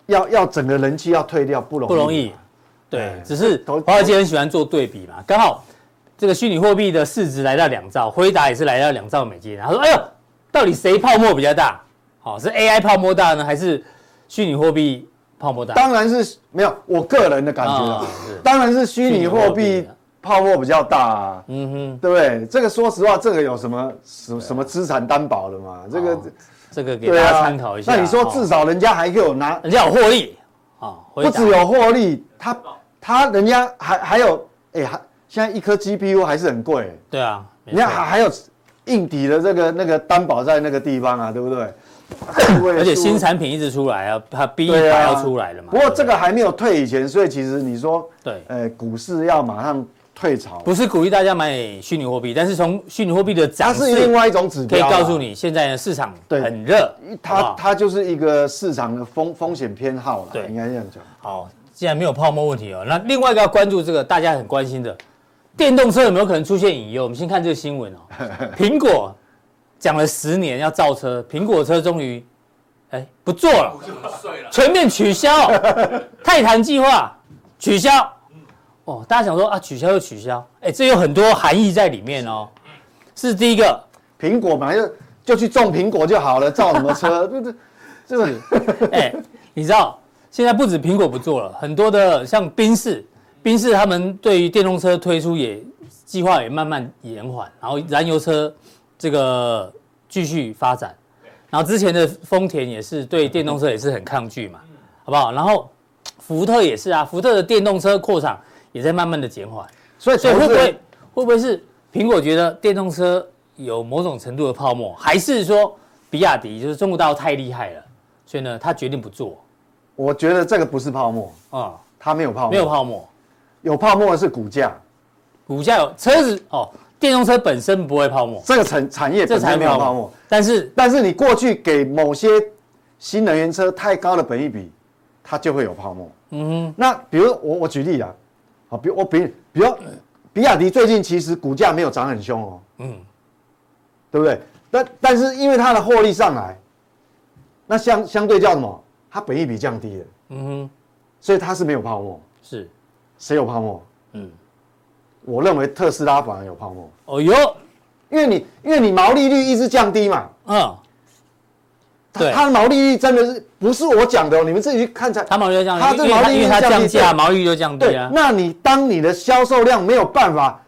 [SPEAKER 4] 要要整个人气要退掉不容易，
[SPEAKER 2] 不容易。对
[SPEAKER 4] 哎，
[SPEAKER 2] 只是
[SPEAKER 4] 投
[SPEAKER 2] 华尔街很喜欢做对比嘛，刚好这个虚拟货币的市值来到两兆，辉达也是来到两兆美金，然后说，哎呦，到底谁泡沫比较大？好、是 AI 泡沫大呢，还是虚拟货币泡沫大？
[SPEAKER 4] 当然是没有我个人的感觉
[SPEAKER 2] 啊
[SPEAKER 4] 了
[SPEAKER 2] 是，
[SPEAKER 4] 当然是虚拟货
[SPEAKER 2] 虚拟货
[SPEAKER 4] 币
[SPEAKER 2] 币啊
[SPEAKER 4] 泡沫比较大啊。
[SPEAKER 2] 嗯哼，
[SPEAKER 4] 对不对？这个说实话，这个有什么什么什么资产担保的嘛？这个
[SPEAKER 2] 哦这个给
[SPEAKER 4] 对
[SPEAKER 2] 大家
[SPEAKER 4] 啊，
[SPEAKER 2] 参考一下。
[SPEAKER 4] 那你说
[SPEAKER 2] 哦
[SPEAKER 4] 至少人家还给我拿，
[SPEAKER 2] 人家有获利啊，辉
[SPEAKER 4] 不
[SPEAKER 2] 达
[SPEAKER 4] 只有获利，他他人家还还有哎，还现在一颗 GPU 还是很贵，
[SPEAKER 2] 对啊，没
[SPEAKER 4] 人家
[SPEAKER 2] 错
[SPEAKER 4] 还还有硬底的这个那个担保在那个地方啊，对不对？
[SPEAKER 2] 而且新产品一直出来啊，它 B 一
[SPEAKER 4] 对
[SPEAKER 2] 百
[SPEAKER 4] 啊
[SPEAKER 2] 要出来了嘛。
[SPEAKER 4] 不过这
[SPEAKER 2] 对
[SPEAKER 4] 个还没有退以前，所以其实你说，
[SPEAKER 2] 对，
[SPEAKER 4] 呃，股市要马上退潮，
[SPEAKER 2] 不是鼓励大家买虚拟货币，但是从虚拟货币的
[SPEAKER 4] 它
[SPEAKER 2] 涨
[SPEAKER 4] 是另
[SPEAKER 2] 势
[SPEAKER 4] 外一种指
[SPEAKER 2] 可以
[SPEAKER 4] 标啊，
[SPEAKER 2] 告诉你，现在的市场
[SPEAKER 4] 对
[SPEAKER 2] 很热，啊好不
[SPEAKER 4] 它
[SPEAKER 2] 好
[SPEAKER 4] 它就是一个市场的风风险偏好了
[SPEAKER 2] 对，
[SPEAKER 4] 应该这样讲。
[SPEAKER 2] 好，既然没有泡沫问题哦，那另外一个要关注这个大家很关心的，电动车有没有可能出现隐忧？我们先看这个新闻哦，苹果讲了十年要造车，苹果车终于哎不做了，
[SPEAKER 5] 睡了，
[SPEAKER 2] 全面取消，泰坦计划取消。哦，大家想说啊，取消就取消，哎，这有很多含义在里面哦。是第一个，
[SPEAKER 4] 苹果本来就就去种苹果就好了，造什么车？这这这个
[SPEAKER 2] 哎，你知道现在不止苹果不做了，很多的像宾士，宾士他们对于电动车推出也计划也慢慢延缓，然后燃油车这个继续发展，然后之前的丰田也是对电动车也是很抗拒嘛，好不好？然后福特也是啊，福特的电动车扩厂也在慢慢的减缓，
[SPEAKER 4] 哦所以
[SPEAKER 2] 所以
[SPEAKER 4] 投
[SPEAKER 2] 会
[SPEAKER 4] 资
[SPEAKER 2] 不会
[SPEAKER 4] 人
[SPEAKER 2] 会不会是苹果觉得电动车有某种程度的泡沫，还是说比亚迪就是中国大陆太厉害了，所以呢，他决定不做
[SPEAKER 4] 我觉得这个不是泡沫，
[SPEAKER 2] 啊、
[SPEAKER 4] 它没有泡沫，
[SPEAKER 2] 没有泡沫，
[SPEAKER 4] 有泡沫的是股价，
[SPEAKER 2] 股价有车子哦，电动车本身不会泡沫，
[SPEAKER 4] 这个产产业
[SPEAKER 2] 这
[SPEAKER 4] 本
[SPEAKER 2] 才
[SPEAKER 4] 身没有泡沫。，
[SPEAKER 2] 但是
[SPEAKER 4] 但是你过去给某些新能源车太高的本益比，它就会有泡沫。嗯哼，那比如我我举例啊，好，比如我比比如比亚迪最近其实股价没有涨很凶哦，嗯，对不对？但但是因为它的获利上来，那相相对叫什么？它本益比降低了，
[SPEAKER 2] 嗯哼，
[SPEAKER 4] 所以它是没有泡沫。
[SPEAKER 2] 是
[SPEAKER 4] 谁有泡沫？
[SPEAKER 2] 嗯
[SPEAKER 4] 嗯，我认为特斯拉反而有泡沫，
[SPEAKER 2] 哦哟，
[SPEAKER 4] 因为你因为你毛利率一直降低嘛，
[SPEAKER 2] 嗯，
[SPEAKER 4] 它
[SPEAKER 2] 对
[SPEAKER 4] 它的毛利率真的是不是我讲的哦，你们自己去看才。
[SPEAKER 2] 它毛利率降低，
[SPEAKER 4] 它这
[SPEAKER 2] 因为
[SPEAKER 4] 毛利率
[SPEAKER 2] 因为它
[SPEAKER 4] 降
[SPEAKER 2] 降
[SPEAKER 4] 低
[SPEAKER 2] 价，
[SPEAKER 4] 对
[SPEAKER 2] 毛利率就降低
[SPEAKER 4] 对
[SPEAKER 2] 啊，，
[SPEAKER 4] 那你当你的销售量没有办法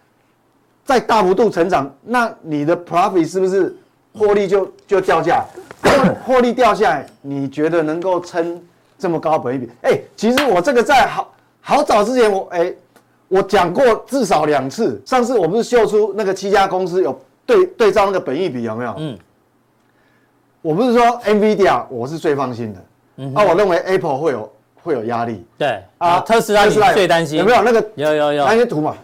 [SPEAKER 4] 再大幅度成长，那你的 profit 是不是获利就就掉下来？ 获利掉下来，你觉得能够撑这么高本益比？哎、其实我这个在好好早之前我，哎、我讲过至少两次。上次我不是秀出那个七家公司有对对照那个本益比有没有？
[SPEAKER 2] 嗯
[SPEAKER 4] 我不是说 NVIDIA 我是最放心的，啊，我认为 Apple 会有会有压力
[SPEAKER 2] 对啊，特斯拉你
[SPEAKER 4] 有
[SPEAKER 2] 最担心
[SPEAKER 4] 有没有？那个
[SPEAKER 2] 有有有
[SPEAKER 4] 那，些图嘛，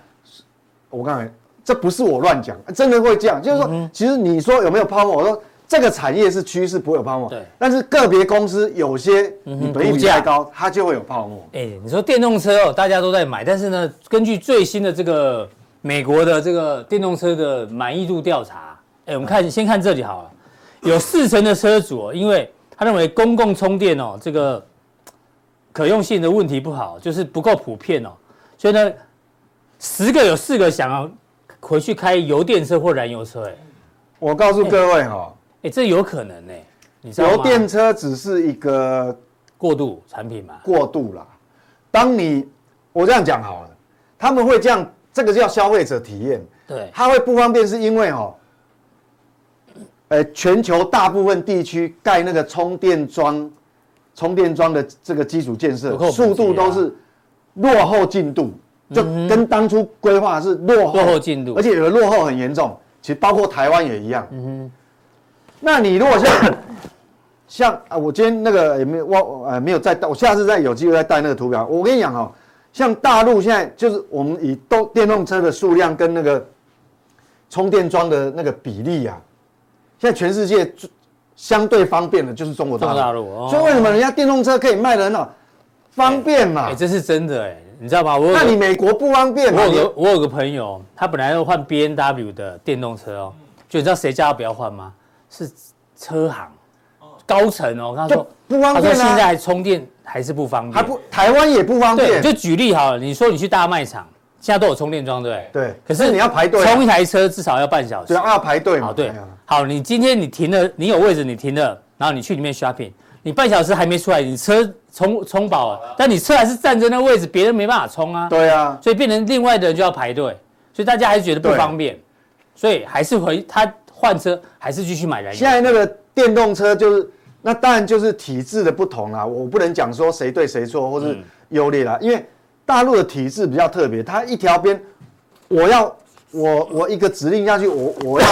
[SPEAKER 4] 我刚才这不是我乱讲，真的会这样，就是
[SPEAKER 2] 嗯
[SPEAKER 4] 说，其实你说有没有泡沫？我说这个产业是趋势，不会有泡沫。
[SPEAKER 2] 对嗯
[SPEAKER 4] 但是个别公司有些你本益
[SPEAKER 2] 股
[SPEAKER 4] 比
[SPEAKER 2] 价
[SPEAKER 4] 太高，它就会有泡沫。
[SPEAKER 2] 哎、你说电动车哦，大家都在买，但是呢，根据最新的这个美国的这个电动车的满意度调查，哎，我们
[SPEAKER 4] 嗯
[SPEAKER 2] 看先看这里好了，有四成的车主哦，因为他认为公共充电哦这个可用性的问题不好，就是不够普遍哦，所以呢，十个有四个想要回去开油电车或燃油车，哎，
[SPEAKER 4] 我告诉各位哈，
[SPEAKER 2] 哎，这有可能呢，你知道吗？
[SPEAKER 4] 油电车只是一个
[SPEAKER 2] 过渡产品嘛，
[SPEAKER 4] 过度啦。当你我这样讲好了，他们会这样，这个叫消费者体验。
[SPEAKER 2] 对，
[SPEAKER 4] 它会不方便是因为哦，呃，全球大部分地区盖那个充电桩，充电桩的这个基础建设
[SPEAKER 2] 不够普及啊嗯
[SPEAKER 4] 速度都是落后进度，就跟当初规划是落后
[SPEAKER 2] 落后进度
[SPEAKER 4] 而且有的落后很严重，其实包括台湾也一样。嗯哼，那你如果像 像啊，我今天那个也没有忘呃没有再带，我下次再有机会再带那个图表。我跟你讲哦，像大陆现在就是我们以动电动车的数量跟那个充电桩的那个比例啊，现在全世界最相对方便的就是中国大
[SPEAKER 2] 中
[SPEAKER 4] 陆。
[SPEAKER 2] 国大陆哦
[SPEAKER 4] 所以为什么人家电动车可以卖得很好？方便嘛
[SPEAKER 2] 哎，。这是真的哎，你知道吗？我有个
[SPEAKER 4] 那你美国不方便嘛
[SPEAKER 2] 我？有
[SPEAKER 4] 你
[SPEAKER 2] 个我有个朋友，他本来要换 B N W 的电动车哦，就你知道谁叫他不要换吗？是车行高层哦，他
[SPEAKER 4] 就
[SPEAKER 2] 说
[SPEAKER 4] 不方
[SPEAKER 2] 他说
[SPEAKER 4] 便
[SPEAKER 2] 现
[SPEAKER 4] 啊，
[SPEAKER 2] 在充电还是不方
[SPEAKER 4] 还
[SPEAKER 2] 便，
[SPEAKER 4] 不台湾也不方
[SPEAKER 2] 对，
[SPEAKER 4] 便。
[SPEAKER 2] 就举例好了，你说你去大卖场，现在都有充电桩对不对？
[SPEAKER 4] 对，
[SPEAKER 2] 可
[SPEAKER 4] 但
[SPEAKER 2] 是
[SPEAKER 4] 你要排队啊，
[SPEAKER 2] 充一台车至少要半小时
[SPEAKER 4] 对，啊，要排队嘛。
[SPEAKER 2] 好对
[SPEAKER 4] 哎呀，
[SPEAKER 2] 好，你今天你停了，你有位置你停了，然后你去里面 shopping，你半小时还没出来，你车充充饱了，但你车还是站在那位置，别人没办法充啊。
[SPEAKER 4] 对啊，
[SPEAKER 2] 所以变成另外的人就要排队，所以大家还是觉得不方便，所以还是回他换车，还是继续买燃油。
[SPEAKER 4] 现在那个电动车就是，那当然就是体制的不同啦。我不能讲说谁对谁错，或是
[SPEAKER 2] 嗯
[SPEAKER 4] 优劣啦，因为大陆的体制比较特别，它一条边，我要我我一个指令下去，我我要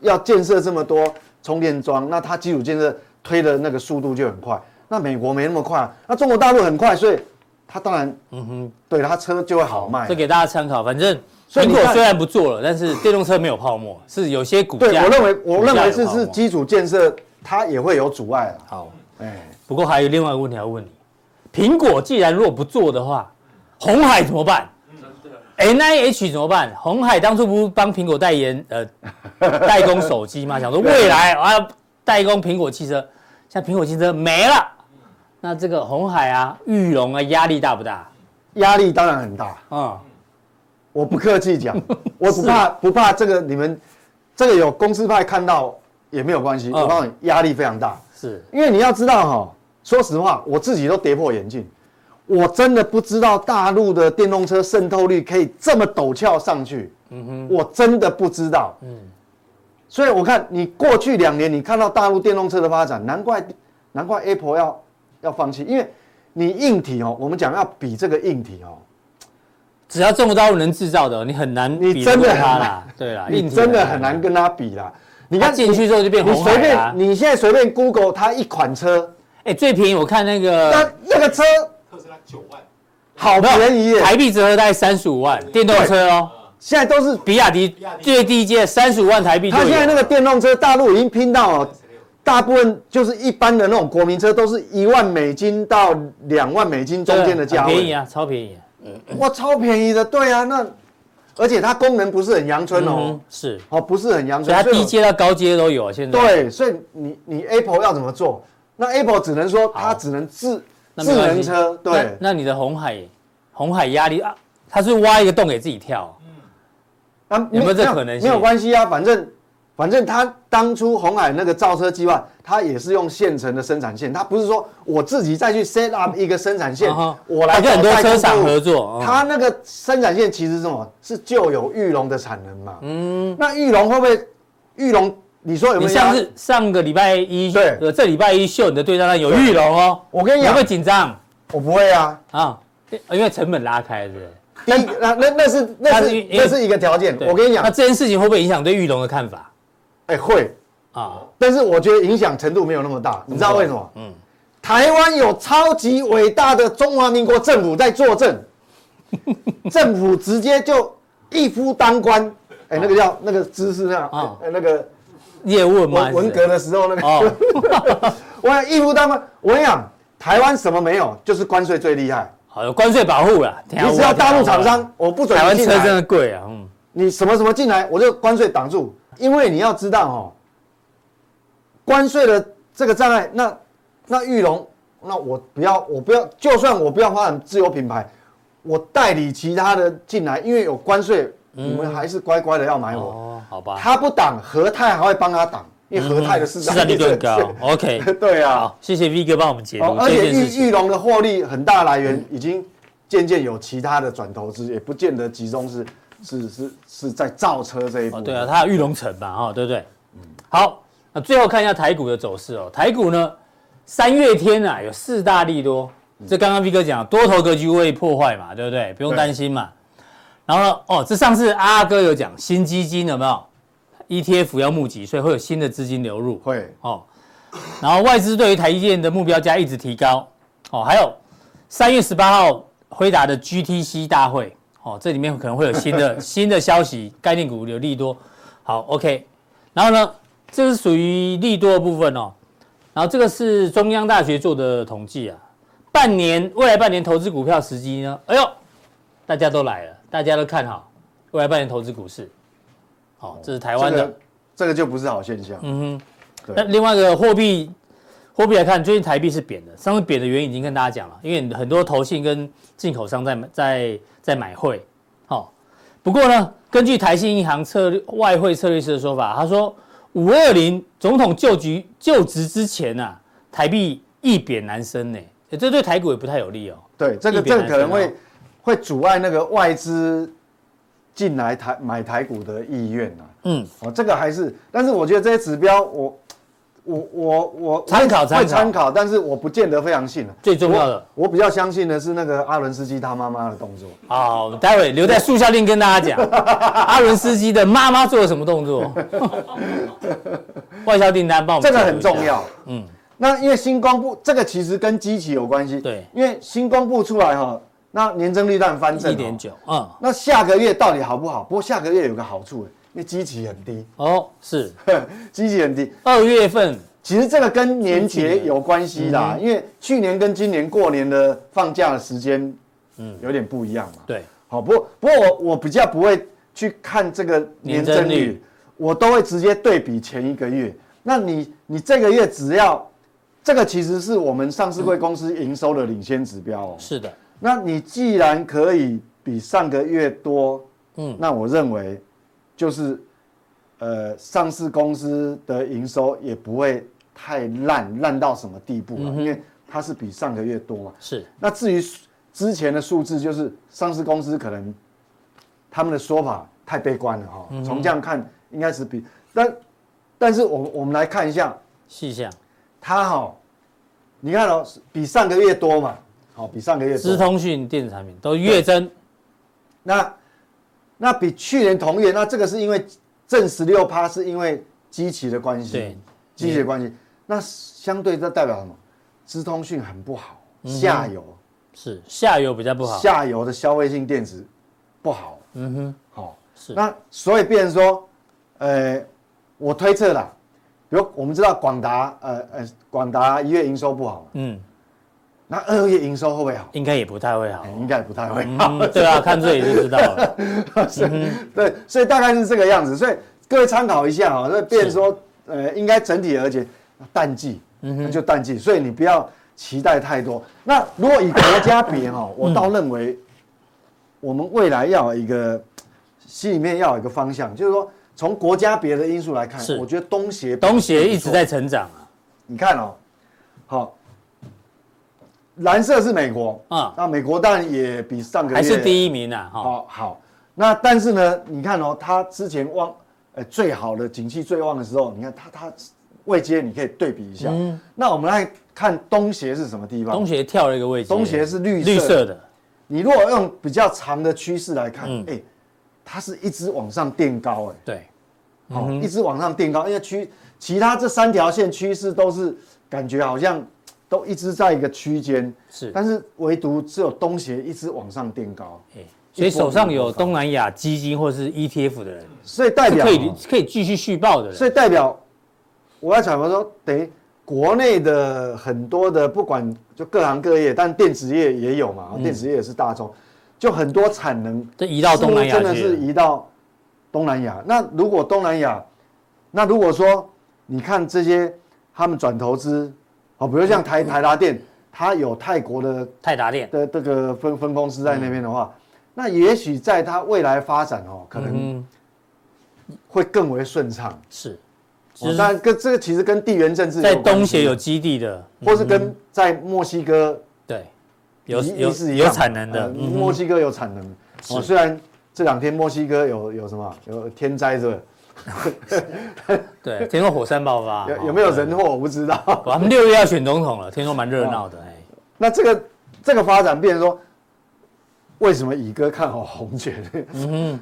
[SPEAKER 4] 要建设这么多充电桩，那它基础建设推的那个速度就很快。那美国没那么快啊、那中国大陆很快，所以它当然，嗯哼，对它车就会好卖啊。
[SPEAKER 2] 这给大家参考，反正
[SPEAKER 4] 所以
[SPEAKER 2] 苹
[SPEAKER 4] 你
[SPEAKER 2] 果
[SPEAKER 4] 看
[SPEAKER 2] 虽然不做了，但是电动车没有泡沫，是有些股价。
[SPEAKER 4] 对我认为我
[SPEAKER 2] 股
[SPEAKER 4] 认为
[SPEAKER 2] 价
[SPEAKER 4] 这
[SPEAKER 2] 有泡沫
[SPEAKER 4] 是基础建设，它也会有阻碍啦。
[SPEAKER 2] 好。
[SPEAKER 4] 哎，
[SPEAKER 2] 不过还有另外一个问题要问你：苹果既然如果不做的话，红海怎么办？NIH 怎么办？红海当初不是帮苹果代言呃 代工手机吗？想说
[SPEAKER 4] 啊
[SPEAKER 2] 未来我要代工苹果汽车，像苹果汽车没了，那这个红海啊、裕隆啊压力大不大？
[SPEAKER 4] 压力当然很大。
[SPEAKER 2] 嗯，
[SPEAKER 4] 我不客气讲，我不怕不怕这个你们这个有公司派看到也没有关系，
[SPEAKER 2] 嗯
[SPEAKER 4] 我告诉你压力非常大，
[SPEAKER 2] 是
[SPEAKER 4] 因为你要知道哈、说实话我自己都跌破眼镜，我真的不知道大陆的电动车渗透率可以这么陡峭上去，我真的不知道，所以我看你过去两年你看到大陆电动车的发展，难怪难怪 Apple 要要放弃，因为你硬体哦，我们讲要比这个硬体哦。
[SPEAKER 2] 只要中国大陆能制造的，你很难
[SPEAKER 4] 你
[SPEAKER 2] 比
[SPEAKER 4] 真的
[SPEAKER 2] 得过它
[SPEAKER 4] 很
[SPEAKER 2] 啦。对啦，
[SPEAKER 4] 你
[SPEAKER 2] 硬体
[SPEAKER 4] 啊真的很难跟他比啦。你
[SPEAKER 2] 啊它
[SPEAKER 4] 看
[SPEAKER 2] 进去之后就变
[SPEAKER 4] 你
[SPEAKER 2] 红
[SPEAKER 4] 随
[SPEAKER 2] 海啦
[SPEAKER 4] 便，。你现在随便 Google 它一款车，
[SPEAKER 2] 哎，最便宜我看那个
[SPEAKER 4] 那那个车
[SPEAKER 5] 特斯拉九万，
[SPEAKER 4] 好便宜耶，
[SPEAKER 2] 台币折合大概三十五万，电动车哦，
[SPEAKER 4] 现在都是
[SPEAKER 2] 比亚迪最低阶三十五万台币就
[SPEAKER 4] 它
[SPEAKER 2] 有。
[SPEAKER 4] 现在那个电动车，大陆已经拼到哦
[SPEAKER 5] 三十六，
[SPEAKER 4] 大部分就是一般的那种国民车，都是一万美金到两万美金中间的价
[SPEAKER 2] 很便宜
[SPEAKER 4] 位，
[SPEAKER 2] 啊，超便宜啊。
[SPEAKER 4] 哇，超便宜的，对啊，那而且它功能不是很阳春哦
[SPEAKER 2] 嗯，，是，
[SPEAKER 4] 哦，不是很阳
[SPEAKER 2] 所以
[SPEAKER 4] 春，
[SPEAKER 2] 它
[SPEAKER 4] 所以
[SPEAKER 2] 低阶到高阶都有啊。现在，
[SPEAKER 4] 对，所以你你 Apple 要怎么做？那 Apple 只能说它只能智
[SPEAKER 2] 那
[SPEAKER 4] 智
[SPEAKER 2] 没关
[SPEAKER 4] 能
[SPEAKER 2] 系
[SPEAKER 4] 车，对
[SPEAKER 2] 那，那你的红海，红海压力啊，它是挖一个洞给自己跳。
[SPEAKER 4] 那
[SPEAKER 2] 有没有这
[SPEAKER 4] 那
[SPEAKER 2] 可能性
[SPEAKER 4] 啊没有关系啊，反正反正他当初红海那个造车计划，他也是用现成的生产线，他不是说我自己再去 set up 一个生产线
[SPEAKER 2] 啊哈，
[SPEAKER 4] 我来
[SPEAKER 2] 它跟很多
[SPEAKER 4] 找代工
[SPEAKER 2] 车厂
[SPEAKER 4] 队伍
[SPEAKER 2] 合作嗯
[SPEAKER 4] 他那个生产线其实是什么？是就有玉龙的产能嘛。嗯，那玉龙会不会？玉龙，你说有没
[SPEAKER 2] 你
[SPEAKER 4] 有
[SPEAKER 2] 上
[SPEAKER 4] 压？
[SPEAKER 2] 次上个礼拜一，
[SPEAKER 4] 对
[SPEAKER 2] 呃，这礼拜一秀你的对战有玉龙哦，
[SPEAKER 4] 我跟你
[SPEAKER 2] 你会
[SPEAKER 4] 讲
[SPEAKER 2] 不会，紧张
[SPEAKER 4] 我不会啊。
[SPEAKER 2] 啊？因为成本拉开，是不是？
[SPEAKER 4] 第一，那那那是那
[SPEAKER 2] 他是
[SPEAKER 4] 是
[SPEAKER 2] 玉
[SPEAKER 4] 那是一个条件。
[SPEAKER 2] 对
[SPEAKER 4] 我跟你讲
[SPEAKER 2] 那，这件事情会不会影响对玉龙的看法
[SPEAKER 4] 哎，会，
[SPEAKER 2] 啊？
[SPEAKER 4] 但是我觉得影响程度没有那么大，你知道为什么？嗯，台湾有超级伟大的中华民国政府在坐 镇，政府直接就一夫当关，哎、那个
[SPEAKER 2] 哦
[SPEAKER 4] 叫那个知识那样，
[SPEAKER 2] 啊
[SPEAKER 4] 哎那个
[SPEAKER 2] 叶问吗？还
[SPEAKER 4] 文
[SPEAKER 2] 是
[SPEAKER 4] 文革的时候那个，
[SPEAKER 2] 哦
[SPEAKER 4] 我想一夫当关，我跟你讲，台湾什么没有，就是关税最厉害，
[SPEAKER 2] 好，有关税保护啦。你
[SPEAKER 4] 你只要大陆厂商，我不准
[SPEAKER 2] 台湾
[SPEAKER 4] 你
[SPEAKER 2] 车
[SPEAKER 4] 进来
[SPEAKER 2] 真的贵啊，嗯，
[SPEAKER 4] 你什么什么进来，我就关税挡住，因为你要知道哦，关税的这个障碍，那那玉龙，那我不要，我不要，就算我不要发展自有品牌，我代理其他的进来，因为有关税，你们还是乖乖的要买我。
[SPEAKER 2] 嗯哦，好吧，嗯
[SPEAKER 4] 他不挡，和泰还会帮他挡，因为和泰的市
[SPEAKER 2] 市
[SPEAKER 4] 场
[SPEAKER 2] 占率更高
[SPEAKER 4] 是。
[SPEAKER 2] OK，
[SPEAKER 4] 对啊
[SPEAKER 2] 好，，谢谢 V 哥帮我们解
[SPEAKER 4] 哦
[SPEAKER 2] 读
[SPEAKER 4] 而
[SPEAKER 2] 这
[SPEAKER 4] 且
[SPEAKER 2] 件事情。
[SPEAKER 4] 玉玉龙的获利很大来
[SPEAKER 2] 嗯
[SPEAKER 4] 源已经渐渐有其他的转投资，也不见得集中是是是是在造车这一
[SPEAKER 2] 哦，
[SPEAKER 4] 部分。
[SPEAKER 2] 对啊，它有玉龙城嘛，哈、哦对不对？
[SPEAKER 4] 嗯
[SPEAKER 2] 好，那最后看一下台股的走势哦。台股呢，三月天啊有四大利多，
[SPEAKER 4] 嗯
[SPEAKER 2] 这刚刚 V 哥讲多头格局未破坏嘛，对不对？不用
[SPEAKER 4] 对
[SPEAKER 2] 担心嘛。然后呢，哦，这上次阿哥有讲新基金有没有？ETF 要募集，所以会有新的资金流入。
[SPEAKER 4] 会
[SPEAKER 2] 哦，然后外资对于台积电的目标价一直提高哦，还有三月十八号辉达的 GTC 大会哦，这里面可能会有新的 新的消息，概念股有利多。好，OK，然后呢，这是属于利多的部分哦，然后这个是中央大学做的统计啊，半年未来半年投资股票时机呢？哎呦，大家都来了，大家都看好未来半年投资股市。好、这是台湾的。
[SPEAKER 4] 这个这个就不是好现象。
[SPEAKER 2] 嗯哼
[SPEAKER 4] 对，
[SPEAKER 2] 那另外一个货币，货币来看，最近台币是贬的。上次贬的原因已经跟大家讲了，因为很多投信跟进口商在买在在买汇。好、不过呢，根据台信银行策略外汇策略师的说法，他说五二零总统就局就职之前啊，台币一贬难升呢，诶这对台股也不太有利哦。
[SPEAKER 4] 对，这个
[SPEAKER 2] 一边
[SPEAKER 4] 这
[SPEAKER 2] 来
[SPEAKER 4] 个可能
[SPEAKER 2] 看
[SPEAKER 4] 会会阻碍那个外资进来台买台股的意愿啊。
[SPEAKER 2] 嗯，
[SPEAKER 4] 哦，这个还是，但是我觉得这些指标我，我我我
[SPEAKER 2] 参考
[SPEAKER 4] 我
[SPEAKER 2] 参考
[SPEAKER 4] 会参考，但是我不见得非常信啊。
[SPEAKER 2] 最重要的
[SPEAKER 4] 我比较相信的是那个阿伦斯基他妈妈的动作，
[SPEAKER 2] 好，我们待会留在速效令跟大家讲，阿伦斯基的妈妈做了什么动 作？外销订单帮我们
[SPEAKER 4] 这个
[SPEAKER 2] 解读
[SPEAKER 4] 很
[SPEAKER 2] 一下
[SPEAKER 4] 重要。
[SPEAKER 2] 嗯，
[SPEAKER 4] 那因为新公布这个其实跟基期有关系，
[SPEAKER 2] 对
[SPEAKER 4] 因为新公布出来哈、那年增率当然翻正、
[SPEAKER 2] 一点，九，嗯，
[SPEAKER 4] 那下个月到底好不好？不过下个月有个好处，欸因为基期很低，
[SPEAKER 2] 哦，是
[SPEAKER 4] 基期很低，
[SPEAKER 2] 二月份，
[SPEAKER 4] 其实这个跟年节有关系啦，
[SPEAKER 2] 嗯
[SPEAKER 4] 因为去年跟今年过年的放假的时间，嗯，有点不一样嘛。
[SPEAKER 2] 对，
[SPEAKER 4] 好，不过不过我我比较不会去看这个年增
[SPEAKER 2] 年增率
[SPEAKER 4] 率，我都会直接对比前一个月。那你你这个月只要这个其实是我们上市贵公司营收的领先指标哦。
[SPEAKER 2] 是的，
[SPEAKER 4] 那你既然可以比上个月多，
[SPEAKER 2] 嗯
[SPEAKER 4] 嗯，那我认为就是呃，上市公司的营收也不会太烂，烂到什么地步啊？因为它是比上个月多嘛。
[SPEAKER 2] 是
[SPEAKER 4] 那至于之前的数字，就是上市公司可能他们的说法太悲观了哈、
[SPEAKER 2] 嗯
[SPEAKER 4] 从这样看，应该是比但但是我们我们来看一下，
[SPEAKER 2] 细项，
[SPEAKER 4] 它哈、你看哦，比上个月多嘛，好、比上个月多。
[SPEAKER 2] 资通讯电子产品都月增，
[SPEAKER 4] 那那比去年同月，那这个是因为正十六趴是因为基期的关系，
[SPEAKER 2] 对，
[SPEAKER 4] 基期的关系。那相对这代表什么？资通讯很不好，
[SPEAKER 2] 嗯
[SPEAKER 4] 下游、
[SPEAKER 2] 是下游比较不好，
[SPEAKER 4] 下游的消费性电子不好，
[SPEAKER 2] 嗯哼，
[SPEAKER 4] 好、
[SPEAKER 2] 是
[SPEAKER 4] 那所以变成说，呃，我推测啦，比如我们知道广达，呃呃，广达一月营收不好嘛，
[SPEAKER 2] 嗯，
[SPEAKER 4] 那二月营收会不会好？
[SPEAKER 2] 应该也不太会好
[SPEAKER 4] 哎，应该不太会 好。
[SPEAKER 2] 嗯，对啊，看这里就知道了， 嗯
[SPEAKER 4] 对，所以大概是这个样子，所以各位参考一下啊、那变成说，呃，应该整体而言，淡季，
[SPEAKER 2] 嗯
[SPEAKER 4] 那就淡季，所以你不要期待太多。那如果以国家别哈、
[SPEAKER 2] 嗯
[SPEAKER 4] 我倒认为，我们未来要有一个心里面要有一个方向，就是说从国家别的因素来看
[SPEAKER 2] 是，
[SPEAKER 4] 我觉得东协
[SPEAKER 2] 东协一直在，成长啊
[SPEAKER 4] 你看哦，好。蓝色是美国
[SPEAKER 2] 啊
[SPEAKER 4] 那美国当然也比上
[SPEAKER 2] 啊，
[SPEAKER 4] 个月
[SPEAKER 2] 还是第一名啊，哈，
[SPEAKER 4] 好哦好，那但是呢，你看哦，它之前旺，呃，最好的景气最旺的时候，你看它它位阶，你可以对比一下。那我们来看东协是什么地方？
[SPEAKER 2] 嗯东，协跳了一个位置，
[SPEAKER 4] 东协是绿色
[SPEAKER 2] 绿色的，
[SPEAKER 4] 你如果用比较长的趋势来看，哎、
[SPEAKER 2] 嗯
[SPEAKER 4] 它是一直往上垫高、哎。
[SPEAKER 2] 对，嗯
[SPEAKER 4] 哦，一直往上垫高，因为趋其他这三条线趋势都是感觉好像都一直在一个区间，
[SPEAKER 2] 是
[SPEAKER 4] 但是唯独只有东协一直往上垫高，
[SPEAKER 2] 哎所以手上有东南亚基金或是 ETF 的人，
[SPEAKER 4] 所以代
[SPEAKER 2] 是
[SPEAKER 4] 表
[SPEAKER 2] 可
[SPEAKER 4] 哦
[SPEAKER 2] 以可以继续续报的
[SPEAKER 4] 所
[SPEAKER 2] 人，
[SPEAKER 4] 以代表我要揣摩说，等于国内的很多的不管就各行各业，但电子业也有嘛，电子业也是大众，就很多产能
[SPEAKER 2] 这嗯移到东南亚
[SPEAKER 4] 似乎真的
[SPEAKER 2] 去了
[SPEAKER 4] 是移到东南亚。那如果东南亚，那如果说你看这些他们转投资，哦，比如像
[SPEAKER 2] 嗯
[SPEAKER 4] 台台达电，它有泰国的
[SPEAKER 2] 泰达电，
[SPEAKER 4] 的这个分分公司在那边的话，那也许在它未来发展哦，可能
[SPEAKER 2] 嗯，
[SPEAKER 4] 会更为顺畅。
[SPEAKER 2] 是，就
[SPEAKER 4] 哦
[SPEAKER 2] 是
[SPEAKER 4] 当然跟这个其实跟地缘政治
[SPEAKER 2] 在
[SPEAKER 4] 有关
[SPEAKER 2] 东
[SPEAKER 4] 系
[SPEAKER 2] 协有，基地的，
[SPEAKER 4] 或是跟在墨西哥
[SPEAKER 2] 对，有
[SPEAKER 4] 一
[SPEAKER 2] 有
[SPEAKER 4] 一是一
[SPEAKER 2] 有
[SPEAKER 4] 样
[SPEAKER 2] 产能的
[SPEAKER 4] 呃，
[SPEAKER 2] 嗯
[SPEAKER 4] 墨西哥有产能。哦，虽然这两天墨西哥有有什么有天灾是吧？
[SPEAKER 2] 对，听说火山爆发，哦
[SPEAKER 4] 有有没有人祸我不知道。
[SPEAKER 2] 我们六月要选总统了，听说蛮热闹
[SPEAKER 4] 哦
[SPEAKER 2] 的，哎，
[SPEAKER 4] 那这个这个发展变成说，为什么乙哥看好红泉？
[SPEAKER 2] 嗯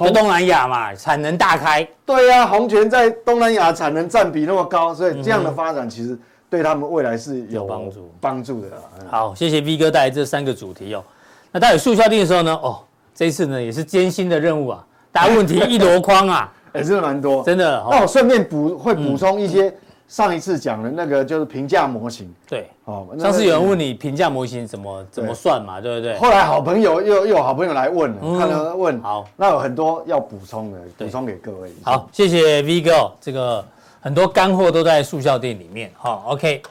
[SPEAKER 2] 就东南亚嘛，产能大开，
[SPEAKER 4] 对呀、红泉在东南亚产能占比那么高，所以这样的发展其实对他们未来是有
[SPEAKER 2] 嗯有帮助
[SPEAKER 4] 帮助的啊。嗯
[SPEAKER 2] 好，谢谢 V 哥带来这三个主题哦。那待会速效定的时候呢，哦，这一次呢也是艰辛的任务啊，答问题一箩筐啊，
[SPEAKER 4] 也、真的蛮多。
[SPEAKER 2] 真的，
[SPEAKER 4] 那
[SPEAKER 2] 哦，
[SPEAKER 4] 我顺便补会补充一些上一次讲的那个就是评价模型，
[SPEAKER 2] 对，
[SPEAKER 4] 哦，那个
[SPEAKER 2] 上次有人问你评价模型怎么怎么算嘛，对不对？
[SPEAKER 4] 后来好朋友又又有好朋友来问了，
[SPEAKER 2] 嗯
[SPEAKER 4] 看了问，
[SPEAKER 2] 好，
[SPEAKER 4] 那有很多要补充的，
[SPEAKER 2] 对
[SPEAKER 4] 补充给各位。
[SPEAKER 2] 好，谢谢 V 哥哦，这个很多干货都在速效店里面哈、哦。OK，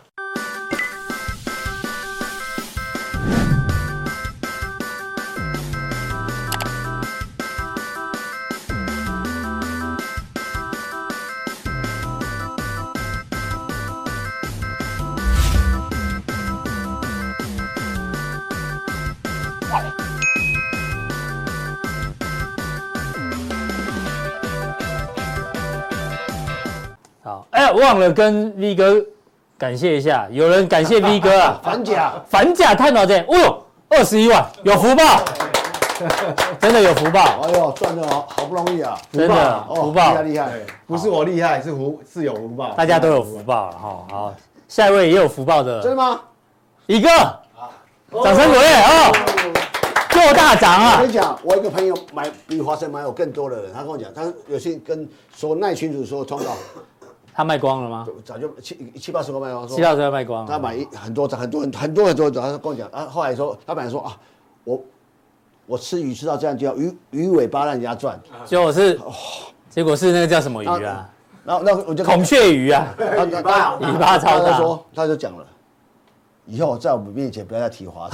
[SPEAKER 2] 好，哎、忘了跟 V 哥感谢一下，有人感谢 V 哥啊，
[SPEAKER 3] 反甲
[SPEAKER 2] 反甲探讨战，哦呦，二十一万，有福报， 真的有福报，
[SPEAKER 3] 哎呦，赚的好好不容易啊！
[SPEAKER 2] 真的
[SPEAKER 3] 哦
[SPEAKER 2] 福报，
[SPEAKER 3] 厉害厉害，
[SPEAKER 4] 不是我厉害，是福是有福报，
[SPEAKER 2] 大家都有福报了哈。好，下一位也有福报
[SPEAKER 3] 真的
[SPEAKER 2] 的
[SPEAKER 3] 吗？
[SPEAKER 2] 一个，掌声鼓励哦，做大涨
[SPEAKER 3] 我
[SPEAKER 2] 啊
[SPEAKER 3] 跟！你讲，我一个朋友买比花生买有更多的人，他跟我讲，他有些跟说耐群主说通告，
[SPEAKER 2] 他卖光了吗？
[SPEAKER 3] 早就七七八十个卖完，说
[SPEAKER 2] 七大洲要卖光
[SPEAKER 3] 他
[SPEAKER 2] 了，
[SPEAKER 3] 买一很多张，很多很很多很多张，他跟我讲，啊，后来说，他本来说啊，我我吃鱼吃到这样就要鱼鱼尾巴让人家赚，
[SPEAKER 2] 结果是，结果是那个叫什么鱼啊？
[SPEAKER 3] 然后那我就
[SPEAKER 2] 孔雀鱼啊，
[SPEAKER 3] 他他他
[SPEAKER 2] 尾巴超大
[SPEAKER 3] 他就说他就讲了，以后在我们面前不要再提华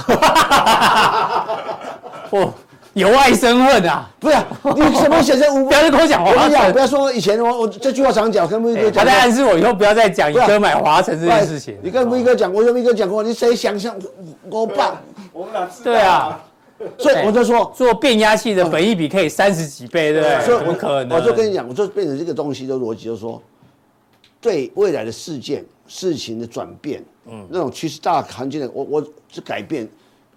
[SPEAKER 3] 生，
[SPEAKER 2] 哦，有外生恨 啊！
[SPEAKER 3] 不是你怎么显生无
[SPEAKER 2] 不要再跟我讲
[SPEAKER 3] 我
[SPEAKER 2] 华
[SPEAKER 3] 跟你讲，不
[SPEAKER 2] 晨，
[SPEAKER 3] 要说以前我我这句话常讲，跟威哥
[SPEAKER 2] 哎他
[SPEAKER 3] 讲
[SPEAKER 2] 在
[SPEAKER 3] 过。
[SPEAKER 2] 暗示我以后不要再讲宇
[SPEAKER 3] 不
[SPEAKER 2] 哥
[SPEAKER 3] 要
[SPEAKER 2] 买华晨这件事情。
[SPEAKER 3] 你跟威哥讲过，跟威哥讲过，你谁想象我爸？
[SPEAKER 6] 我们俩知道
[SPEAKER 2] 对啊，，
[SPEAKER 3] 所以我就说，
[SPEAKER 2] 做变压器的本益比可以三十几倍，对不对？
[SPEAKER 3] 所以
[SPEAKER 2] 怎
[SPEAKER 3] 我
[SPEAKER 2] 么可能？
[SPEAKER 3] 我就跟你讲，我就变成这个东西的逻辑，就是说，对未来的事件、事情的转变，嗯，那种趋势大环境的，我我是改变，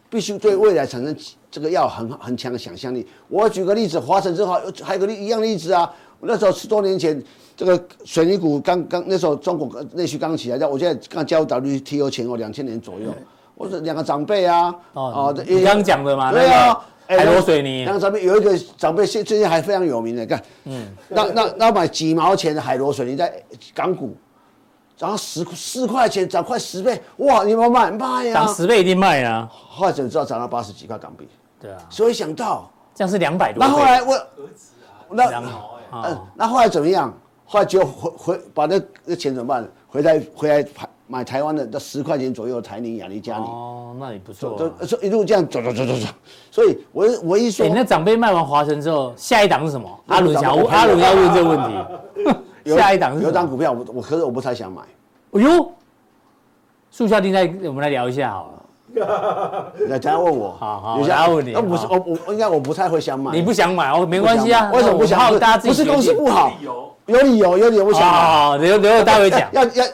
[SPEAKER 3] 必须对未来产生这个要很很强的想象力。我举个例子，华晨正好还有个例一样的例子啊，我那时候十多年前。这个水泥股刚刚那时候中国内需刚起来，但我现在刚加入 WTO 前后两千年左右，我是两个长辈啊，
[SPEAKER 2] 哦
[SPEAKER 3] 啊，这
[SPEAKER 2] 你刚讲的嘛
[SPEAKER 3] 对
[SPEAKER 2] 那
[SPEAKER 3] 啊
[SPEAKER 2] 个，
[SPEAKER 3] 哎
[SPEAKER 2] 海螺水泥
[SPEAKER 3] 那个长辈有一个长辈现最近还非常有名的，看，嗯，那那那买几毛钱的海螺水泥在港股，然后十四块钱涨快十倍，哇，你们买卖呀
[SPEAKER 2] 涨，十倍一定卖啊！
[SPEAKER 3] 后来怎么知道涨到八十几块港币？
[SPEAKER 2] 对啊，
[SPEAKER 3] 谁会想到？
[SPEAKER 2] 这样是两百多倍。
[SPEAKER 3] 那后来我，那
[SPEAKER 2] 两毛哎
[SPEAKER 3] 嗯
[SPEAKER 2] 哦，
[SPEAKER 3] 那后来怎么样？后来就回回把那那钱怎么办？回来回来买买台湾的那十块钱左右的台泥、雅尼、嘉尼，
[SPEAKER 2] 哦，那也不
[SPEAKER 3] 走
[SPEAKER 2] 错啊。
[SPEAKER 3] 走一路这样走走走走走，所以我我一说
[SPEAKER 2] 哎，，那长辈卖完华晨之后，下一档是什么？
[SPEAKER 3] 那
[SPEAKER 2] 阿伦想要
[SPEAKER 3] 长辈
[SPEAKER 2] 问，
[SPEAKER 3] 我看
[SPEAKER 2] 阿伦
[SPEAKER 3] 了
[SPEAKER 2] 要问这个问题。
[SPEAKER 3] 有
[SPEAKER 2] 下一档是
[SPEAKER 3] 有
[SPEAKER 2] 什
[SPEAKER 3] 一档
[SPEAKER 2] 么？
[SPEAKER 3] 股票，我我可是我不太想买，
[SPEAKER 2] 哎呦，速效定在我们来聊一下好了。
[SPEAKER 3] 那等下问我，
[SPEAKER 2] 好好
[SPEAKER 3] 有些呃
[SPEAKER 2] 等下问你
[SPEAKER 3] 那不是
[SPEAKER 2] 好
[SPEAKER 3] 我我我应该我不太会想买，
[SPEAKER 2] 你不想买哦，没
[SPEAKER 3] 没
[SPEAKER 2] 关系啊。
[SPEAKER 3] 为什么不想
[SPEAKER 2] 我
[SPEAKER 3] 买？
[SPEAKER 2] 怕大家自己
[SPEAKER 3] 不是
[SPEAKER 2] 决定
[SPEAKER 3] 公司不好
[SPEAKER 6] 理，由
[SPEAKER 3] 有理由有理由不想买，
[SPEAKER 2] 好，留留着待会讲。
[SPEAKER 3] 要要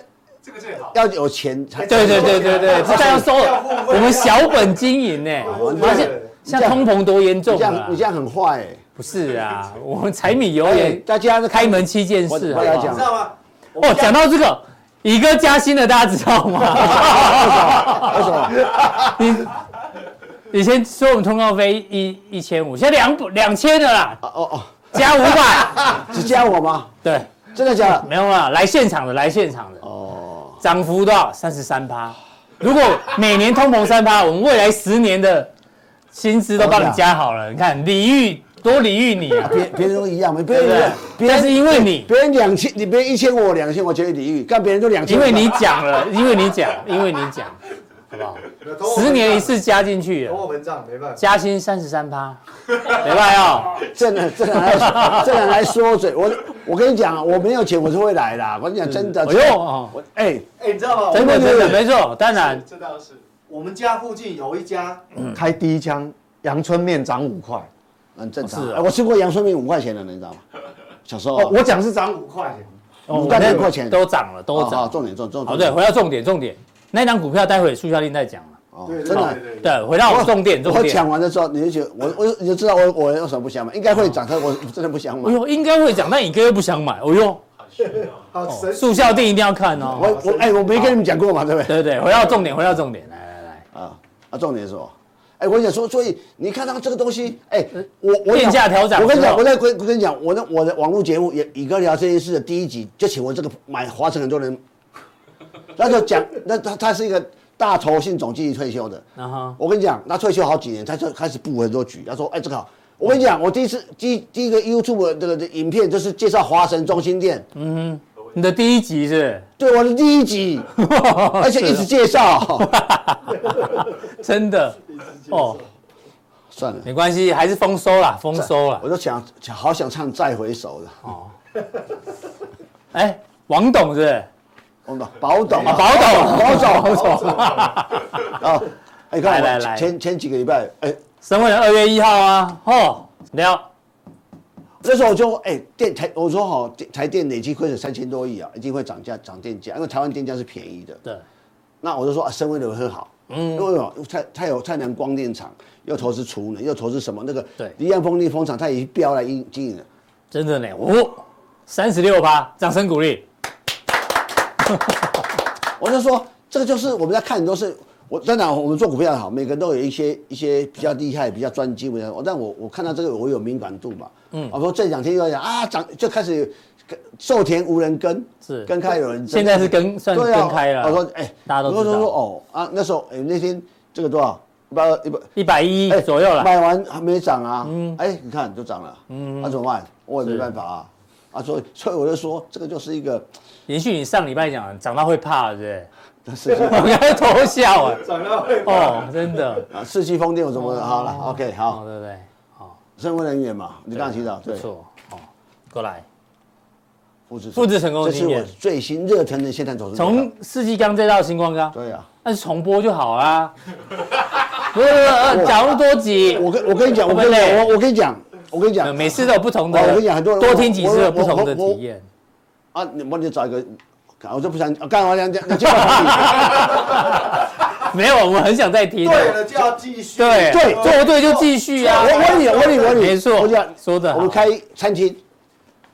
[SPEAKER 6] 这个最好。
[SPEAKER 3] 要有钱才
[SPEAKER 2] 对对对对对，这要收
[SPEAKER 6] 要付费
[SPEAKER 2] 我们小本经营呢，
[SPEAKER 3] 你
[SPEAKER 2] 发现像通膨多严
[SPEAKER 3] 你
[SPEAKER 2] 重
[SPEAKER 3] 这
[SPEAKER 2] 啊
[SPEAKER 3] 样！你这样很坏哎，
[SPEAKER 2] 不是啊，我们柴米油
[SPEAKER 3] 哎
[SPEAKER 2] 盐
[SPEAKER 3] 大家
[SPEAKER 2] 开门七件事，
[SPEAKER 3] 我我
[SPEAKER 2] 好
[SPEAKER 3] 要
[SPEAKER 2] 不好
[SPEAKER 3] 讲
[SPEAKER 6] 知道吗？
[SPEAKER 2] 哦，讲到这个，乙哥加薪了，大家知道吗？
[SPEAKER 3] 为什么？
[SPEAKER 2] 以前说我们通告费一一千五，现在两两千了啦，
[SPEAKER 3] 哦哦，
[SPEAKER 2] 加五 百，
[SPEAKER 3] 只加我吗？
[SPEAKER 2] 对，
[SPEAKER 3] 真的假 的？
[SPEAKER 2] 没有啦，来现场的，来现场的，
[SPEAKER 3] 哦，
[SPEAKER 2] 涨幅多少？三十三趴。如果每年通膨三趴，我们未来十年的薪资都帮你加好了。你看，礼遇多礼遇你啊，
[SPEAKER 3] 别别人都一样嘛，别
[SPEAKER 2] 对不对
[SPEAKER 3] 人？别
[SPEAKER 2] 但是
[SPEAKER 3] 人
[SPEAKER 2] 因为你，
[SPEAKER 3] 别人两千，你别人一千五，我两千，我觉得礼遇，干别人都两千，
[SPEAKER 2] 因为你讲了，因为你讲，因为你讲，好不好？十年一次加进去了，
[SPEAKER 7] 通货膨胀没办法，
[SPEAKER 2] 加薪三十三趴，没办法哦。
[SPEAKER 3] 正的正的来正的来说嘴，我我跟你讲啊，我没有钱我是会来的啊，我跟你讲真的，
[SPEAKER 2] 哎呦，哦
[SPEAKER 3] 我哎，
[SPEAKER 7] 哎，你知道吗？
[SPEAKER 2] 真的真的没错，当然
[SPEAKER 6] 这倒是。
[SPEAKER 7] 我们家附近有一家，
[SPEAKER 2] 嗯
[SPEAKER 4] 开第一枪，阳春面涨五块，
[SPEAKER 3] 很正常
[SPEAKER 2] 是啊。
[SPEAKER 3] 哎我吃过阳春面五块钱的，你知道吗？小时候啊
[SPEAKER 4] 哦，我讲是涨五块钱，
[SPEAKER 3] 五块两块钱
[SPEAKER 2] 嗯都涨了，都
[SPEAKER 3] 哦好
[SPEAKER 2] 涨。
[SPEAKER 3] 重点重
[SPEAKER 2] 好，
[SPEAKER 3] 重重
[SPEAKER 2] 哦对，
[SPEAKER 3] 点
[SPEAKER 2] 回到重点，重点，那张股票待会速效令再讲了。
[SPEAKER 3] 哦
[SPEAKER 7] 对
[SPEAKER 3] 真的。
[SPEAKER 6] 对对，
[SPEAKER 2] 对，回到我们重点，重
[SPEAKER 3] 我
[SPEAKER 2] 点。
[SPEAKER 3] 讲完的时候，你就觉得我我你就知道我我有什么不想买，应该会涨，但我真的不想
[SPEAKER 2] 哎
[SPEAKER 3] 买。
[SPEAKER 2] 呦，应该会涨，但乙哥又不想买。哎呦，
[SPEAKER 7] 好神奇
[SPEAKER 2] 哦速效定一定要看哦。
[SPEAKER 3] 我我哎，我没跟你们讲过嘛，对不对？
[SPEAKER 2] 对对，回到重点，回到重点，来来来，
[SPEAKER 3] 啊啊，重点是什么？哎，我跟你讲说，所以你看到这个东西，哎，我我
[SPEAKER 2] 电呃价调整
[SPEAKER 3] 我跟你
[SPEAKER 2] 之后
[SPEAKER 3] 讲，我在我跟你讲，我的我的网络节目也以哥聊这件事的第一集，就请我这个买华晨很多人那时候讲，那他他是一个大投信总经理退休的，
[SPEAKER 2] 然后
[SPEAKER 3] 我跟你讲，他退休好几年，他就开始布很多局。他说：“哎、这个好。”我跟你讲，我第一次第一第一个 YouTube 的这个的影片就是介绍华神中心店，
[SPEAKER 2] 你的第一集是
[SPEAKER 3] 对我的第一 集，而且一直介绍。
[SPEAKER 2] 真的哦，
[SPEAKER 3] 算了，
[SPEAKER 2] 没关系，还是丰收啦，丰收啦
[SPEAKER 3] 我。都想想好想唱《再回首》了。
[SPEAKER 2] 嗯哎，王董是不是
[SPEAKER 3] 我们宝董
[SPEAKER 2] 啊，
[SPEAKER 3] 啊，
[SPEAKER 2] 宝董，宝董，宝董。
[SPEAKER 3] 啊，哎，看
[SPEAKER 2] 来来
[SPEAKER 3] 我
[SPEAKER 2] 来
[SPEAKER 3] 前前几个礼拜，哎，
[SPEAKER 2] 神文二月一号啊，吼聊，
[SPEAKER 3] 那时候我就哎电台，我说好电台电累计亏损三千多亿啊，一定会涨价涨电价，因为台湾电价是便宜的。
[SPEAKER 2] 对，
[SPEAKER 3] 那我就说啊，深威流很好，嗯，因为有太太有太南光电厂，又投资储能，又投资什么那个
[SPEAKER 2] 对
[SPEAKER 3] 离岸风力风场，它已经标来经经营了。
[SPEAKER 2] 真的呢，哦，三十六趴，掌声鼓励。
[SPEAKER 3] 我就说这个就是我们在看很多事，我当然我们做股票也好，每个人都有一些一些比较厉害、比较专精的，我哦但我我看到这个我有敏感度嘛，嗯，我说这两天又要讲啊涨，就开始寿田无人耕，
[SPEAKER 2] 是
[SPEAKER 3] 耕开有人争，
[SPEAKER 2] 现在是耕算
[SPEAKER 3] 对啊
[SPEAKER 2] 耕开了
[SPEAKER 3] 我说哎，
[SPEAKER 2] 大家都知道
[SPEAKER 3] 我说说哦啊，那时候哎那天这个多少一百二一百。
[SPEAKER 2] 一百一
[SPEAKER 3] 哎
[SPEAKER 2] 左右嗯了，
[SPEAKER 3] 买完还没涨啊，哎，你看就涨了，嗯，那、怎么办？我也没办法啊，啊，所以所以我就说，这个就是一个，
[SPEAKER 2] 延续你上礼拜讲涨到会怕，对
[SPEAKER 3] 是
[SPEAKER 2] 不 对？我刚才偷笑 啊，
[SPEAKER 7] 长到会
[SPEAKER 2] 哦，真的，
[SPEAKER 3] 啊，四季风电我怎么的？好了，OK，
[SPEAKER 2] 哦，
[SPEAKER 3] 好，
[SPEAKER 2] 对不对？
[SPEAKER 3] 身为人员嘛，你刚刚提到，
[SPEAKER 2] 不
[SPEAKER 3] 对，
[SPEAKER 2] 错，哦，过来，
[SPEAKER 3] 复制
[SPEAKER 2] 复制成功的
[SPEAKER 3] 这是
[SPEAKER 2] 经验
[SPEAKER 3] 我最新热腾的现在投资，
[SPEAKER 2] 从世纪刚再到星光刚，
[SPEAKER 3] 对啊，
[SPEAKER 2] 那是重播就好 啦。不是不是不是，讲那么多集，
[SPEAKER 3] 我跟我跟你讲，我跟你
[SPEAKER 2] 会不会
[SPEAKER 3] 讲，我我跟你讲，我跟你
[SPEAKER 2] 呃
[SPEAKER 3] 讲，
[SPEAKER 2] 每次都有不同的，
[SPEAKER 3] 哦我跟你讲很多人
[SPEAKER 2] 多听几次
[SPEAKER 3] 我我
[SPEAKER 2] 有不同的
[SPEAKER 3] 我我
[SPEAKER 2] 体验。
[SPEAKER 3] 啊，你我就找一个，啊我就不想啊干嘛这样这样，这样
[SPEAKER 2] 没有，我们很想再听。
[SPEAKER 7] 对了就要继续。哦
[SPEAKER 2] 对
[SPEAKER 3] 对
[SPEAKER 2] 做对就继续啊。
[SPEAKER 3] 我我问你，我问你，我问你，
[SPEAKER 2] 没错
[SPEAKER 3] 我讲
[SPEAKER 2] 说得好
[SPEAKER 3] 我们开餐厅，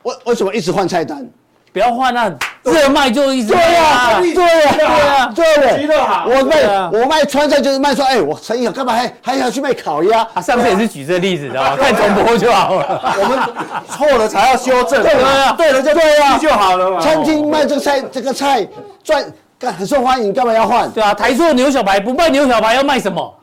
[SPEAKER 3] 为为什么一直换菜单？
[SPEAKER 2] 不要换那热卖就一直
[SPEAKER 3] 对呀，
[SPEAKER 2] 卖
[SPEAKER 3] 对呀，对呀，对
[SPEAKER 7] 急
[SPEAKER 3] 了
[SPEAKER 7] 得。好
[SPEAKER 3] 我
[SPEAKER 2] 对啊
[SPEAKER 3] 卖我卖川菜就是卖说，哎，我生意好，干嘛还还要去卖烤鸭？
[SPEAKER 2] 啊，上次也是举这例子，知道吗？看重播就好了。
[SPEAKER 3] 我们
[SPEAKER 4] 错了才要修正。
[SPEAKER 3] 对
[SPEAKER 7] 啊
[SPEAKER 3] 了，对了就对呀，
[SPEAKER 4] 就好了嘛。
[SPEAKER 3] 餐厅卖这个菜这个菜赚干很受欢迎，干嘛要换？
[SPEAKER 2] 对啊，台塑牛小排不卖牛小排要卖什么？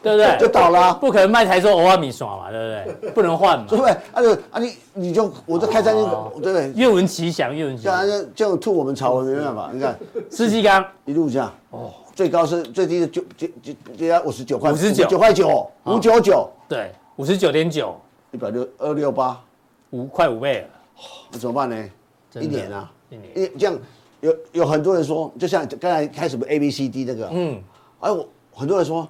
[SPEAKER 2] 对不对？
[SPEAKER 3] 就倒了啊
[SPEAKER 2] 不可能卖台塑欧阿米耍嘛，对不对？不能换嘛
[SPEAKER 3] 对。不对？啊就啊你你就我就开餐厅，对不对？
[SPEAKER 2] 愿闻其详，愿闻其
[SPEAKER 3] 这样
[SPEAKER 2] 详。
[SPEAKER 3] 就就吐我们槽，我没办法。你看
[SPEAKER 2] 司机刚
[SPEAKER 3] 一路这样，哦，最高是最低是九九九九要五十九块，
[SPEAKER 2] 59
[SPEAKER 3] 九块九，五九九，
[SPEAKER 2] 对五十九点九
[SPEAKER 3] 一百六二六八，
[SPEAKER 2] 五块五倍了，
[SPEAKER 3] 那怎么办呢？
[SPEAKER 2] 真
[SPEAKER 3] 一
[SPEAKER 2] 的
[SPEAKER 3] 年啊，
[SPEAKER 2] 一年
[SPEAKER 3] 因为这样有有很多人说，就像刚才开始 A B C D 这个，嗯，哎，我很多人说，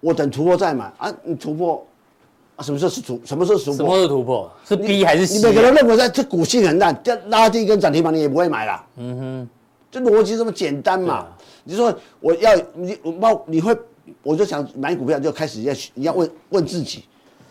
[SPEAKER 3] 我等突破再买啊，你突破啊，什么时候是突，什么时候是突
[SPEAKER 2] 什么
[SPEAKER 3] 破？
[SPEAKER 2] 时候突破？是
[SPEAKER 3] 你
[SPEAKER 2] B 还是啊 C？
[SPEAKER 3] 你每个人认为在这股性很烂，这拉低一根涨停板你也不会买啦。嗯哼，这逻辑这么简单
[SPEAKER 2] 啊
[SPEAKER 3] 嘛？你说我要你我冒你会，我就想买股票就开始要你要问问自己，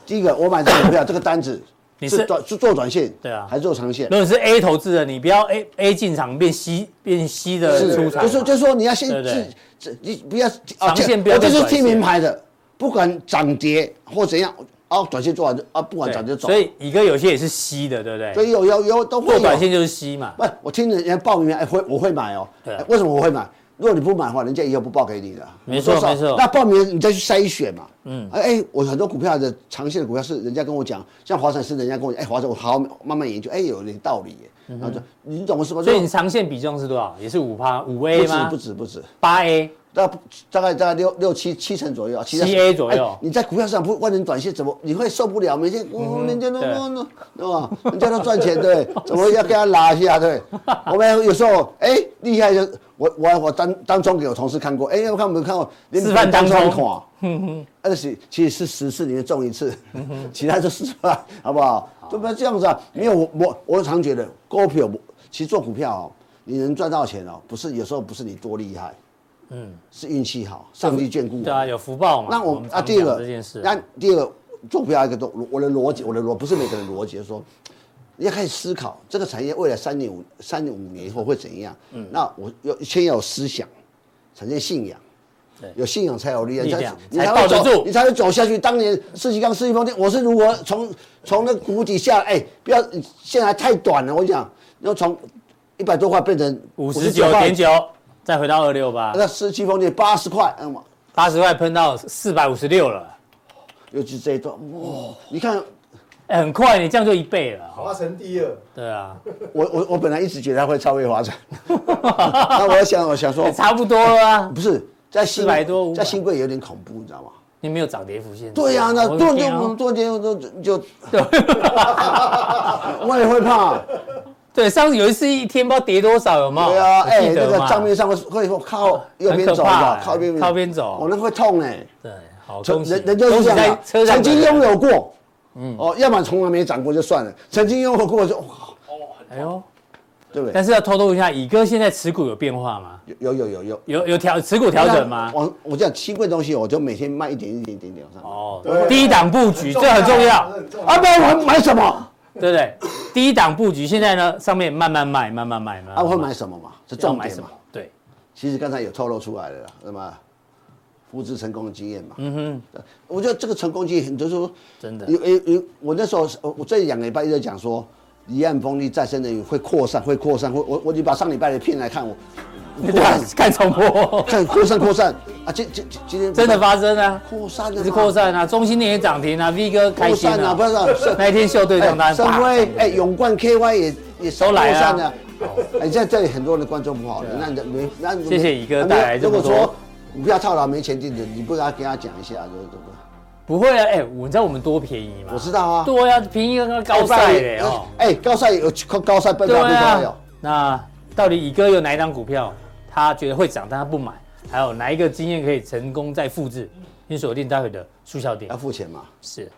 [SPEAKER 3] 第一个我买这个股票这个单子。
[SPEAKER 2] 你是
[SPEAKER 3] 短是做短线，
[SPEAKER 2] 对啊
[SPEAKER 3] 还是做长线
[SPEAKER 2] 如？果你是 A 投资人，你不要 A A 进场变 C 变 C 的
[SPEAKER 3] 是
[SPEAKER 2] 出场
[SPEAKER 3] 就
[SPEAKER 2] 嘛，
[SPEAKER 3] 是就是说你要先
[SPEAKER 2] 对不对
[SPEAKER 3] 自自你不要哦
[SPEAKER 2] 长线
[SPEAKER 3] 这
[SPEAKER 2] 不要
[SPEAKER 3] 我
[SPEAKER 2] 再
[SPEAKER 3] 就是
[SPEAKER 2] 短线
[SPEAKER 3] 听名牌的，不管涨跌或怎样，啊，短线做完就啊，不管
[SPEAKER 2] 对
[SPEAKER 3] 涨跌走。
[SPEAKER 2] 所以乙哥有些也是 C 的，对不对？
[SPEAKER 3] 所以有有有都会
[SPEAKER 2] 做
[SPEAKER 3] 有
[SPEAKER 2] 短线就是 C 嘛，
[SPEAKER 3] 不，我听人家报名，哎，会我会买哦。
[SPEAKER 2] 对啊
[SPEAKER 3] 哎为什么我会买？如果你不买的话，人家以后不报给你的。
[SPEAKER 2] 没错
[SPEAKER 3] 多少
[SPEAKER 2] 没错
[SPEAKER 3] 那报名你再去筛选嘛。嗯。哎，我很多股票的长线的股票是人家跟我讲，像华晨是人家跟我讲，哎，华晨我好好慢慢研究，哎，有点道理耶。然后就你懂我什么？
[SPEAKER 2] 嗯所以你长线比重是多少？也是五趴五 A 吗
[SPEAKER 3] 不？止不止不止。
[SPEAKER 2] 八 A
[SPEAKER 3] 大大概大概六六七七成左右啊，其他
[SPEAKER 2] 7A 左右
[SPEAKER 3] 哎你在股票市场不万能短线，怎么你会受不了？每天哦，人家都
[SPEAKER 2] 嗯对
[SPEAKER 3] 都对吧？人家都赚钱，对，怎么要跟他拉一下？对，我们有时候哎厉害就我我我当当中给我同事看过，哎，我看我们看过
[SPEAKER 2] 示范当中
[SPEAKER 3] 连看，二十其实是十次里面中一次，
[SPEAKER 2] 嗯
[SPEAKER 3] 其他就是吧，好不好？就不要这样子啊！没有我我我常觉得股票不，其实做股票哦，你能赚到钱哦，不是有时候不是你多厉害，嗯，是运气好，上帝眷顾。
[SPEAKER 2] 对啊，有福报嘛。
[SPEAKER 3] 那我
[SPEAKER 2] 们
[SPEAKER 3] 啊，
[SPEAKER 2] 常
[SPEAKER 3] 第二
[SPEAKER 2] 讲
[SPEAKER 3] 个
[SPEAKER 2] 这件事，，
[SPEAKER 3] 那第二个做股票一个都我的逻辑，我的逻不是每个人逻辑就是说。你要开始思考这个产业未来三年五三年五年以后会怎样？嗯，那我要先要有思想，产生信仰，
[SPEAKER 2] 对
[SPEAKER 3] 有信仰才有力量，
[SPEAKER 2] 力
[SPEAKER 3] 你
[SPEAKER 2] 量
[SPEAKER 3] 你
[SPEAKER 2] 才
[SPEAKER 3] 才
[SPEAKER 2] 抱
[SPEAKER 3] 会
[SPEAKER 2] 得
[SPEAKER 3] 走
[SPEAKER 2] 住
[SPEAKER 3] 你才会走下去。当年世纪刚世纪风电，我是如何从从那谷底下，哎，不要现在太短了，我讲，要从一百多块变成
[SPEAKER 2] 五十九点
[SPEAKER 3] 59
[SPEAKER 2] 九，再回到二六八，
[SPEAKER 3] 那四七风电八十块，嗯那么
[SPEAKER 2] 八十块喷到四百五十六了，
[SPEAKER 3] 尤其这一段，哇！你看，
[SPEAKER 2] 哎很快，你这样就一倍了。
[SPEAKER 7] 华晨第二，
[SPEAKER 2] 对啊，
[SPEAKER 3] 我我我本来一直觉得它会超越华晨， 那我想我想说
[SPEAKER 2] 也，差不多了啊。
[SPEAKER 3] 不是在新
[SPEAKER 2] 400多500
[SPEAKER 3] 在新贵有点恐怖，你知道吗？
[SPEAKER 2] 你没有涨跌幅线。
[SPEAKER 3] 对呀、那
[SPEAKER 2] 我的
[SPEAKER 3] 多
[SPEAKER 2] 天啊
[SPEAKER 3] 天多天都就，就 我也会怕。
[SPEAKER 2] 对，上次有一次一天不知道跌多少，有没有？
[SPEAKER 3] 对啊，
[SPEAKER 2] 哦我
[SPEAKER 3] 哎、
[SPEAKER 2] 记
[SPEAKER 3] 那
[SPEAKER 2] 得
[SPEAKER 3] 个
[SPEAKER 2] 嘛
[SPEAKER 3] 账面上会会靠右边
[SPEAKER 2] 很可
[SPEAKER 3] 走
[SPEAKER 2] 怕
[SPEAKER 3] 的
[SPEAKER 2] 哎，
[SPEAKER 3] 靠边
[SPEAKER 2] 靠边走
[SPEAKER 3] 我、那会痛哎、
[SPEAKER 2] 对，好
[SPEAKER 3] 从
[SPEAKER 2] 恭喜，
[SPEAKER 3] 人人就是
[SPEAKER 2] 恭喜
[SPEAKER 3] 这样
[SPEAKER 2] 在
[SPEAKER 3] 啊，
[SPEAKER 2] 车上
[SPEAKER 3] 曾经
[SPEAKER 2] 的人
[SPEAKER 3] 拥有过，嗯，哦，要么从来没涨过就算了，曾经拥有过就，哇
[SPEAKER 2] 哎呦，
[SPEAKER 3] 对不对？
[SPEAKER 2] 但是要偷偷问一下，乙哥现在持股有变化吗？
[SPEAKER 3] 有有有有
[SPEAKER 2] 有有调持股调整吗？
[SPEAKER 3] 我我这样新贵东西，我就每天卖一点一点一点点上。哦，
[SPEAKER 2] 哦
[SPEAKER 7] 对，
[SPEAKER 2] 低档布局这很重要，
[SPEAKER 7] 很重要
[SPEAKER 3] 啊，不然我还买什么？
[SPEAKER 2] 对不对？低档布局现在呢，上面慢慢卖，慢慢卖，慢慢
[SPEAKER 3] 啊，我会买什么嘛？这
[SPEAKER 2] 要
[SPEAKER 3] 重
[SPEAKER 2] 买
[SPEAKER 3] 点
[SPEAKER 2] 什
[SPEAKER 3] 嘛
[SPEAKER 2] 么。？对，
[SPEAKER 3] 其实刚才有透露出来了啦，那么复制成功的经验嘛。
[SPEAKER 2] 嗯哼，
[SPEAKER 3] 我觉得这个成功经验，很多时候
[SPEAKER 2] 真的
[SPEAKER 3] 有有有，我那时候我我这两个礼拜一直在讲说，离岸风力再生能源会扩散，会扩散，会我我你把上礼拜的片来看我，扩散，
[SPEAKER 2] 看重 播，
[SPEAKER 3] 看扩散扩散啊！今今今今天
[SPEAKER 2] 真的发生啊，
[SPEAKER 3] 扩散
[SPEAKER 2] 一
[SPEAKER 3] 了，
[SPEAKER 2] 直扩散啊，中心店也涨停啊，V 哥开
[SPEAKER 3] 扩
[SPEAKER 2] 心
[SPEAKER 3] 散
[SPEAKER 2] 啊，
[SPEAKER 3] 啊，不是啊是
[SPEAKER 2] 那一天秀对账单，
[SPEAKER 3] 哎深
[SPEAKER 2] 啪
[SPEAKER 3] 威哎，永冠 KY 也也
[SPEAKER 2] 都来啊
[SPEAKER 3] 扩散了。哎，现在这里很多人观众不好了，那你没那你
[SPEAKER 2] 谢谢乙哥带来这
[SPEAKER 3] 如
[SPEAKER 2] 么
[SPEAKER 3] 果
[SPEAKER 2] 多
[SPEAKER 3] 说股票套牢没钱进的，你不要跟他讲一下，就是这个。
[SPEAKER 2] 不会啊，哎，我知道我们多便宜吗？
[SPEAKER 3] 我知道啊
[SPEAKER 2] 对啊，便宜跟高赛嘞哦，
[SPEAKER 3] 哎，高赛有高赛被
[SPEAKER 2] 对
[SPEAKER 3] 拉被拉哟
[SPEAKER 2] 啊。，那到底乙哥有哪一张股票，他觉得会涨，但他不买？还有哪一个经验可以成功再复制？你锁定待会的速效点
[SPEAKER 3] 要付钱嘛？
[SPEAKER 2] 是。